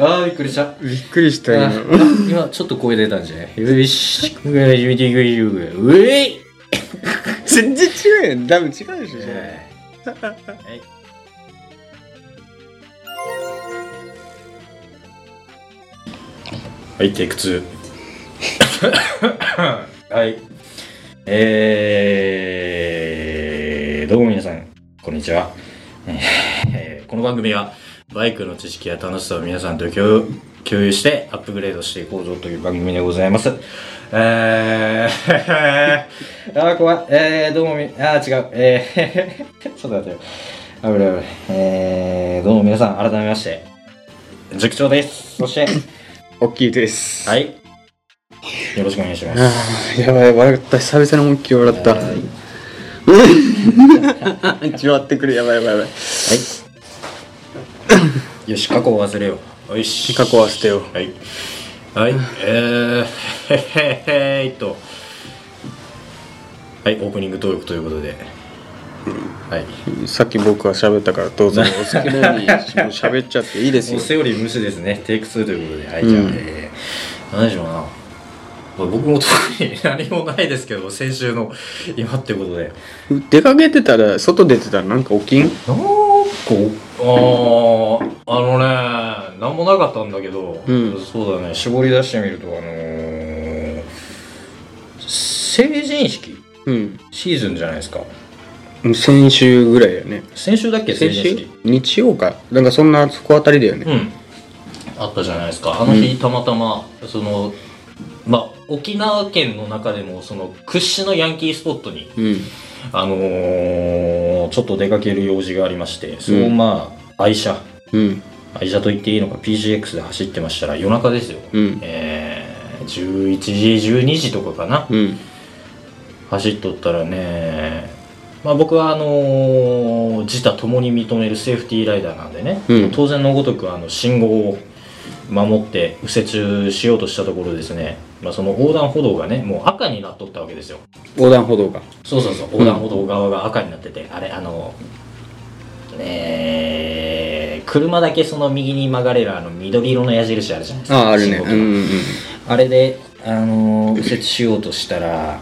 [SPEAKER 4] あびっくりした
[SPEAKER 3] びっくりした
[SPEAKER 4] あ
[SPEAKER 3] 今
[SPEAKER 4] 今ちょっと声出たんじゃないよし今回の初めて行くようえい
[SPEAKER 3] 全然 違うよ多分違うでしょそれ
[SPEAKER 4] はいはい、テイク2。はい。 えー、どうも皆さん、こんにちは。えーこの番組は、バイクの知識や楽しさを皆さんと共有共有して、アップグレードしていこうぞという番組でございます。えー、 あー、怖い。えー、どうもみ、あー、違う。えー、 ちょっと待ってよ。危ない危ない。えー、どうも皆さん、改めまして、塾長です。そして、
[SPEAKER 3] 大きいです
[SPEAKER 4] はい。よろしくお願いします。
[SPEAKER 3] あーやばい笑った久々に思いっきり笑った
[SPEAKER 4] はい
[SPEAKER 3] じわってくるやばいやばいやばい
[SPEAKER 4] はい。よし、過去を忘れよう。よし。
[SPEAKER 3] 過去は捨てよう
[SPEAKER 4] はい。はい。えー、へへへいと。はい、オープニングトークということで。はい。
[SPEAKER 3] さっき僕は喋ったから どうぞお好きなように喋っちゃっていいです
[SPEAKER 4] もう
[SPEAKER 3] よ
[SPEAKER 4] セオリー無視ですね。テイク2ということで。はい、
[SPEAKER 3] うん
[SPEAKER 4] じゃあ、えー、何でしょうな。まあ僕も特に何もないですけど、先週の今ってことで。
[SPEAKER 3] 出かけてたら外出てたらなんか起きん
[SPEAKER 4] なんか、ああ、あのね、なんもなかったんだけど、
[SPEAKER 3] うん
[SPEAKER 4] そうだね、絞り出してみると、あのー成人式
[SPEAKER 3] うん
[SPEAKER 4] シーズンじゃないですか。
[SPEAKER 3] 先週ぐらいだよね
[SPEAKER 4] 先週だっけ、成
[SPEAKER 3] 先
[SPEAKER 4] 人
[SPEAKER 3] 週
[SPEAKER 4] 式。
[SPEAKER 3] 日曜かなんかそんなそこあたりだよね
[SPEAKER 4] うん。あったじゃないですか。あの日、たまたま、その、まあ、沖縄県の中でも、その、屈指のヤンキースポットに、
[SPEAKER 3] うん
[SPEAKER 4] あのーちょっと出かける用事がありまして、その、まあ、愛車。
[SPEAKER 3] うん
[SPEAKER 4] 愛車と言っていいのか PGX で走ってましたら夜中ですよ、
[SPEAKER 3] うん
[SPEAKER 4] えー、11時12時とかかな、
[SPEAKER 3] うん
[SPEAKER 4] 走っとったらね、まあ、僕はあのー自他ともに認めるセーフティーライダーなんでね、
[SPEAKER 3] うん
[SPEAKER 4] 当然のごとくあの信号を守って右折しようとしたところですね、まあ、その横断歩道がねもう赤になっとったわけですよ
[SPEAKER 3] 横断歩道が
[SPEAKER 4] そうそうそう横断歩道側が赤になってて、あれあのえー、車だけその右に曲がれるあの緑色の矢印あるじゃないですか
[SPEAKER 3] あああるね
[SPEAKER 4] 信号
[SPEAKER 3] う
[SPEAKER 4] 機
[SPEAKER 3] ん
[SPEAKER 4] の
[SPEAKER 3] うん
[SPEAKER 4] あれであのー右折しようとしたら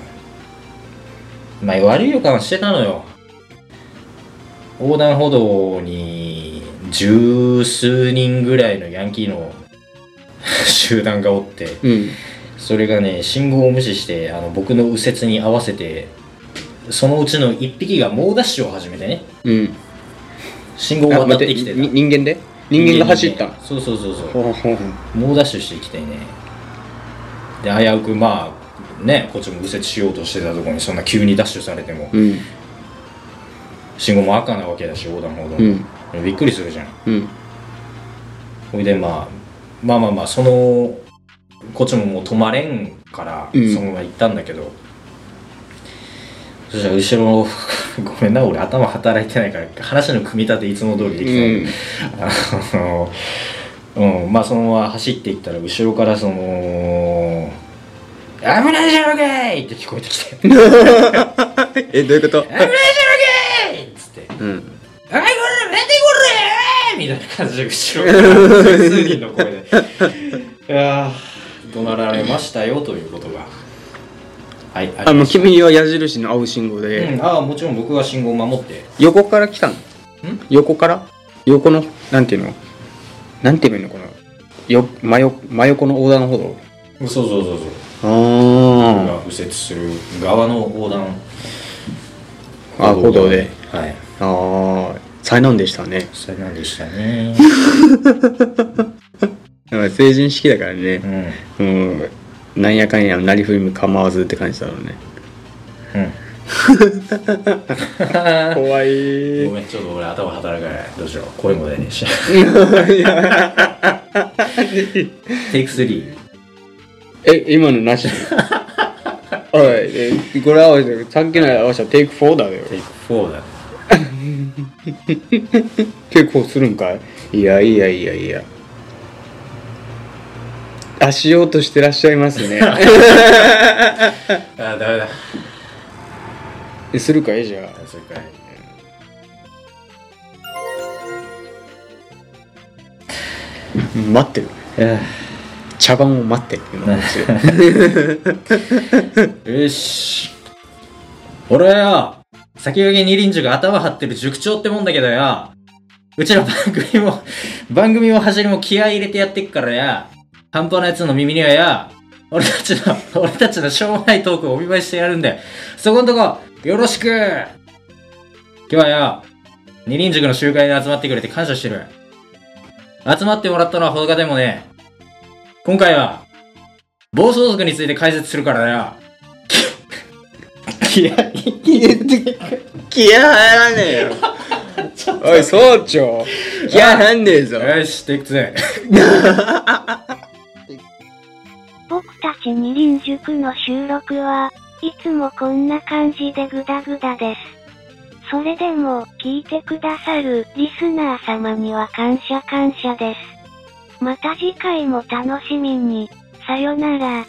[SPEAKER 4] まあ悪い予感はしてたのよ横断歩道に十数人ぐらいのヤンキーの 集団がおって
[SPEAKER 3] うんうん
[SPEAKER 4] それがね信号を無視してあの僕の右折に合わせてそのうちの1匹が猛ダッシュを始めてね
[SPEAKER 3] うん
[SPEAKER 4] 信号を
[SPEAKER 3] あ
[SPEAKER 4] 渡っ
[SPEAKER 3] 待って
[SPEAKER 4] てき
[SPEAKER 3] に
[SPEAKER 4] てた
[SPEAKER 3] 人間で人間が走ったの
[SPEAKER 4] そうそうそうそう
[SPEAKER 3] ほうほうほう
[SPEAKER 4] 猛ダッシュしてきてねで危うくまあねこっちも右折しようとしてたところにそんな急にダッシュされても
[SPEAKER 3] うん
[SPEAKER 4] 信号も赤なわけだし横断歩道
[SPEAKER 3] う
[SPEAKER 4] も、
[SPEAKER 3] ん
[SPEAKER 4] びっくりするじゃん
[SPEAKER 3] うん
[SPEAKER 4] ほいでまあまあまあまあそのこっちももう止まれんから
[SPEAKER 3] うん
[SPEAKER 4] そのまま行ったんだけど、そしたら後ろの ごめんな俺頭働いてないから話の組み立ていつも通りできた、
[SPEAKER 3] うん
[SPEAKER 4] あの、うん、まあそのまま走っていったら後ろからその「危ないじゃろけい!」って聞こえてきて「危ないじ
[SPEAKER 3] えどういうこと
[SPEAKER 4] ゃろけい!」っつって
[SPEAKER 3] うん
[SPEAKER 4] 「あいこれ出てこれ!」みたいな感じで後ろから数人の声で「いやー怒鳴られましたよ」ということがはいあ
[SPEAKER 3] あ
[SPEAKER 4] り
[SPEAKER 3] の
[SPEAKER 4] ました
[SPEAKER 3] 君は矢印の青信号で
[SPEAKER 4] うん、ああもちろん僕は信号を守って
[SPEAKER 3] 横から来たの横から横のなんていうのなんて言えばいいのかなよ真横真横の横断歩道
[SPEAKER 4] そうそうそうそう
[SPEAKER 3] あ
[SPEAKER 4] が右折する側の横断
[SPEAKER 3] あ歩道で
[SPEAKER 4] はい
[SPEAKER 3] あー災難でしたね
[SPEAKER 4] それなんでしたね
[SPEAKER 3] だから成人式だから
[SPEAKER 4] う
[SPEAKER 3] ね
[SPEAKER 4] ん
[SPEAKER 3] うんなんやかんやなりふりも構わずって感じだろうね
[SPEAKER 4] う
[SPEAKER 3] 怖い
[SPEAKER 4] んごめんちょっと俺頭働かないどうしよう声も出ねえし テイク3
[SPEAKER 3] え今の なしおいえこれ合わせてさっきの合わせたらテイク4だよ
[SPEAKER 4] テイク4だ
[SPEAKER 3] 結構するんかいいやいやいやいやあしようとしてらっしゃいますね
[SPEAKER 4] あーダメだ
[SPEAKER 3] えするかいじゃあ
[SPEAKER 4] それかい
[SPEAKER 3] 待ってる茶番を待ってる今
[SPEAKER 4] よし俺はよ先駆け二輪塾頭張ってる塾長ってもんだけど ようちの番組も番組も走りも気合い入れてやってっからや半端なやつの耳にはや、俺たちの、 俺たちのしょうもないトークをお見舞いしてやるんで、そこんとこ、よろしく今日はよ、二輪塾の集会に集まってくれて感謝してる。集まってもらったのはほかでもね、今回は、暴走族について解説するからよ。
[SPEAKER 3] 気合い、気合入らねえよ。 おい、総長。気合入んねえぞ。
[SPEAKER 4] よし、テイク2。
[SPEAKER 1] 僕たち二輪塾の収録はいつもこんな感じでグダグダです。それでも聞いてくださるリスナー様には感謝感謝です。また次回も楽しみに。さよなら。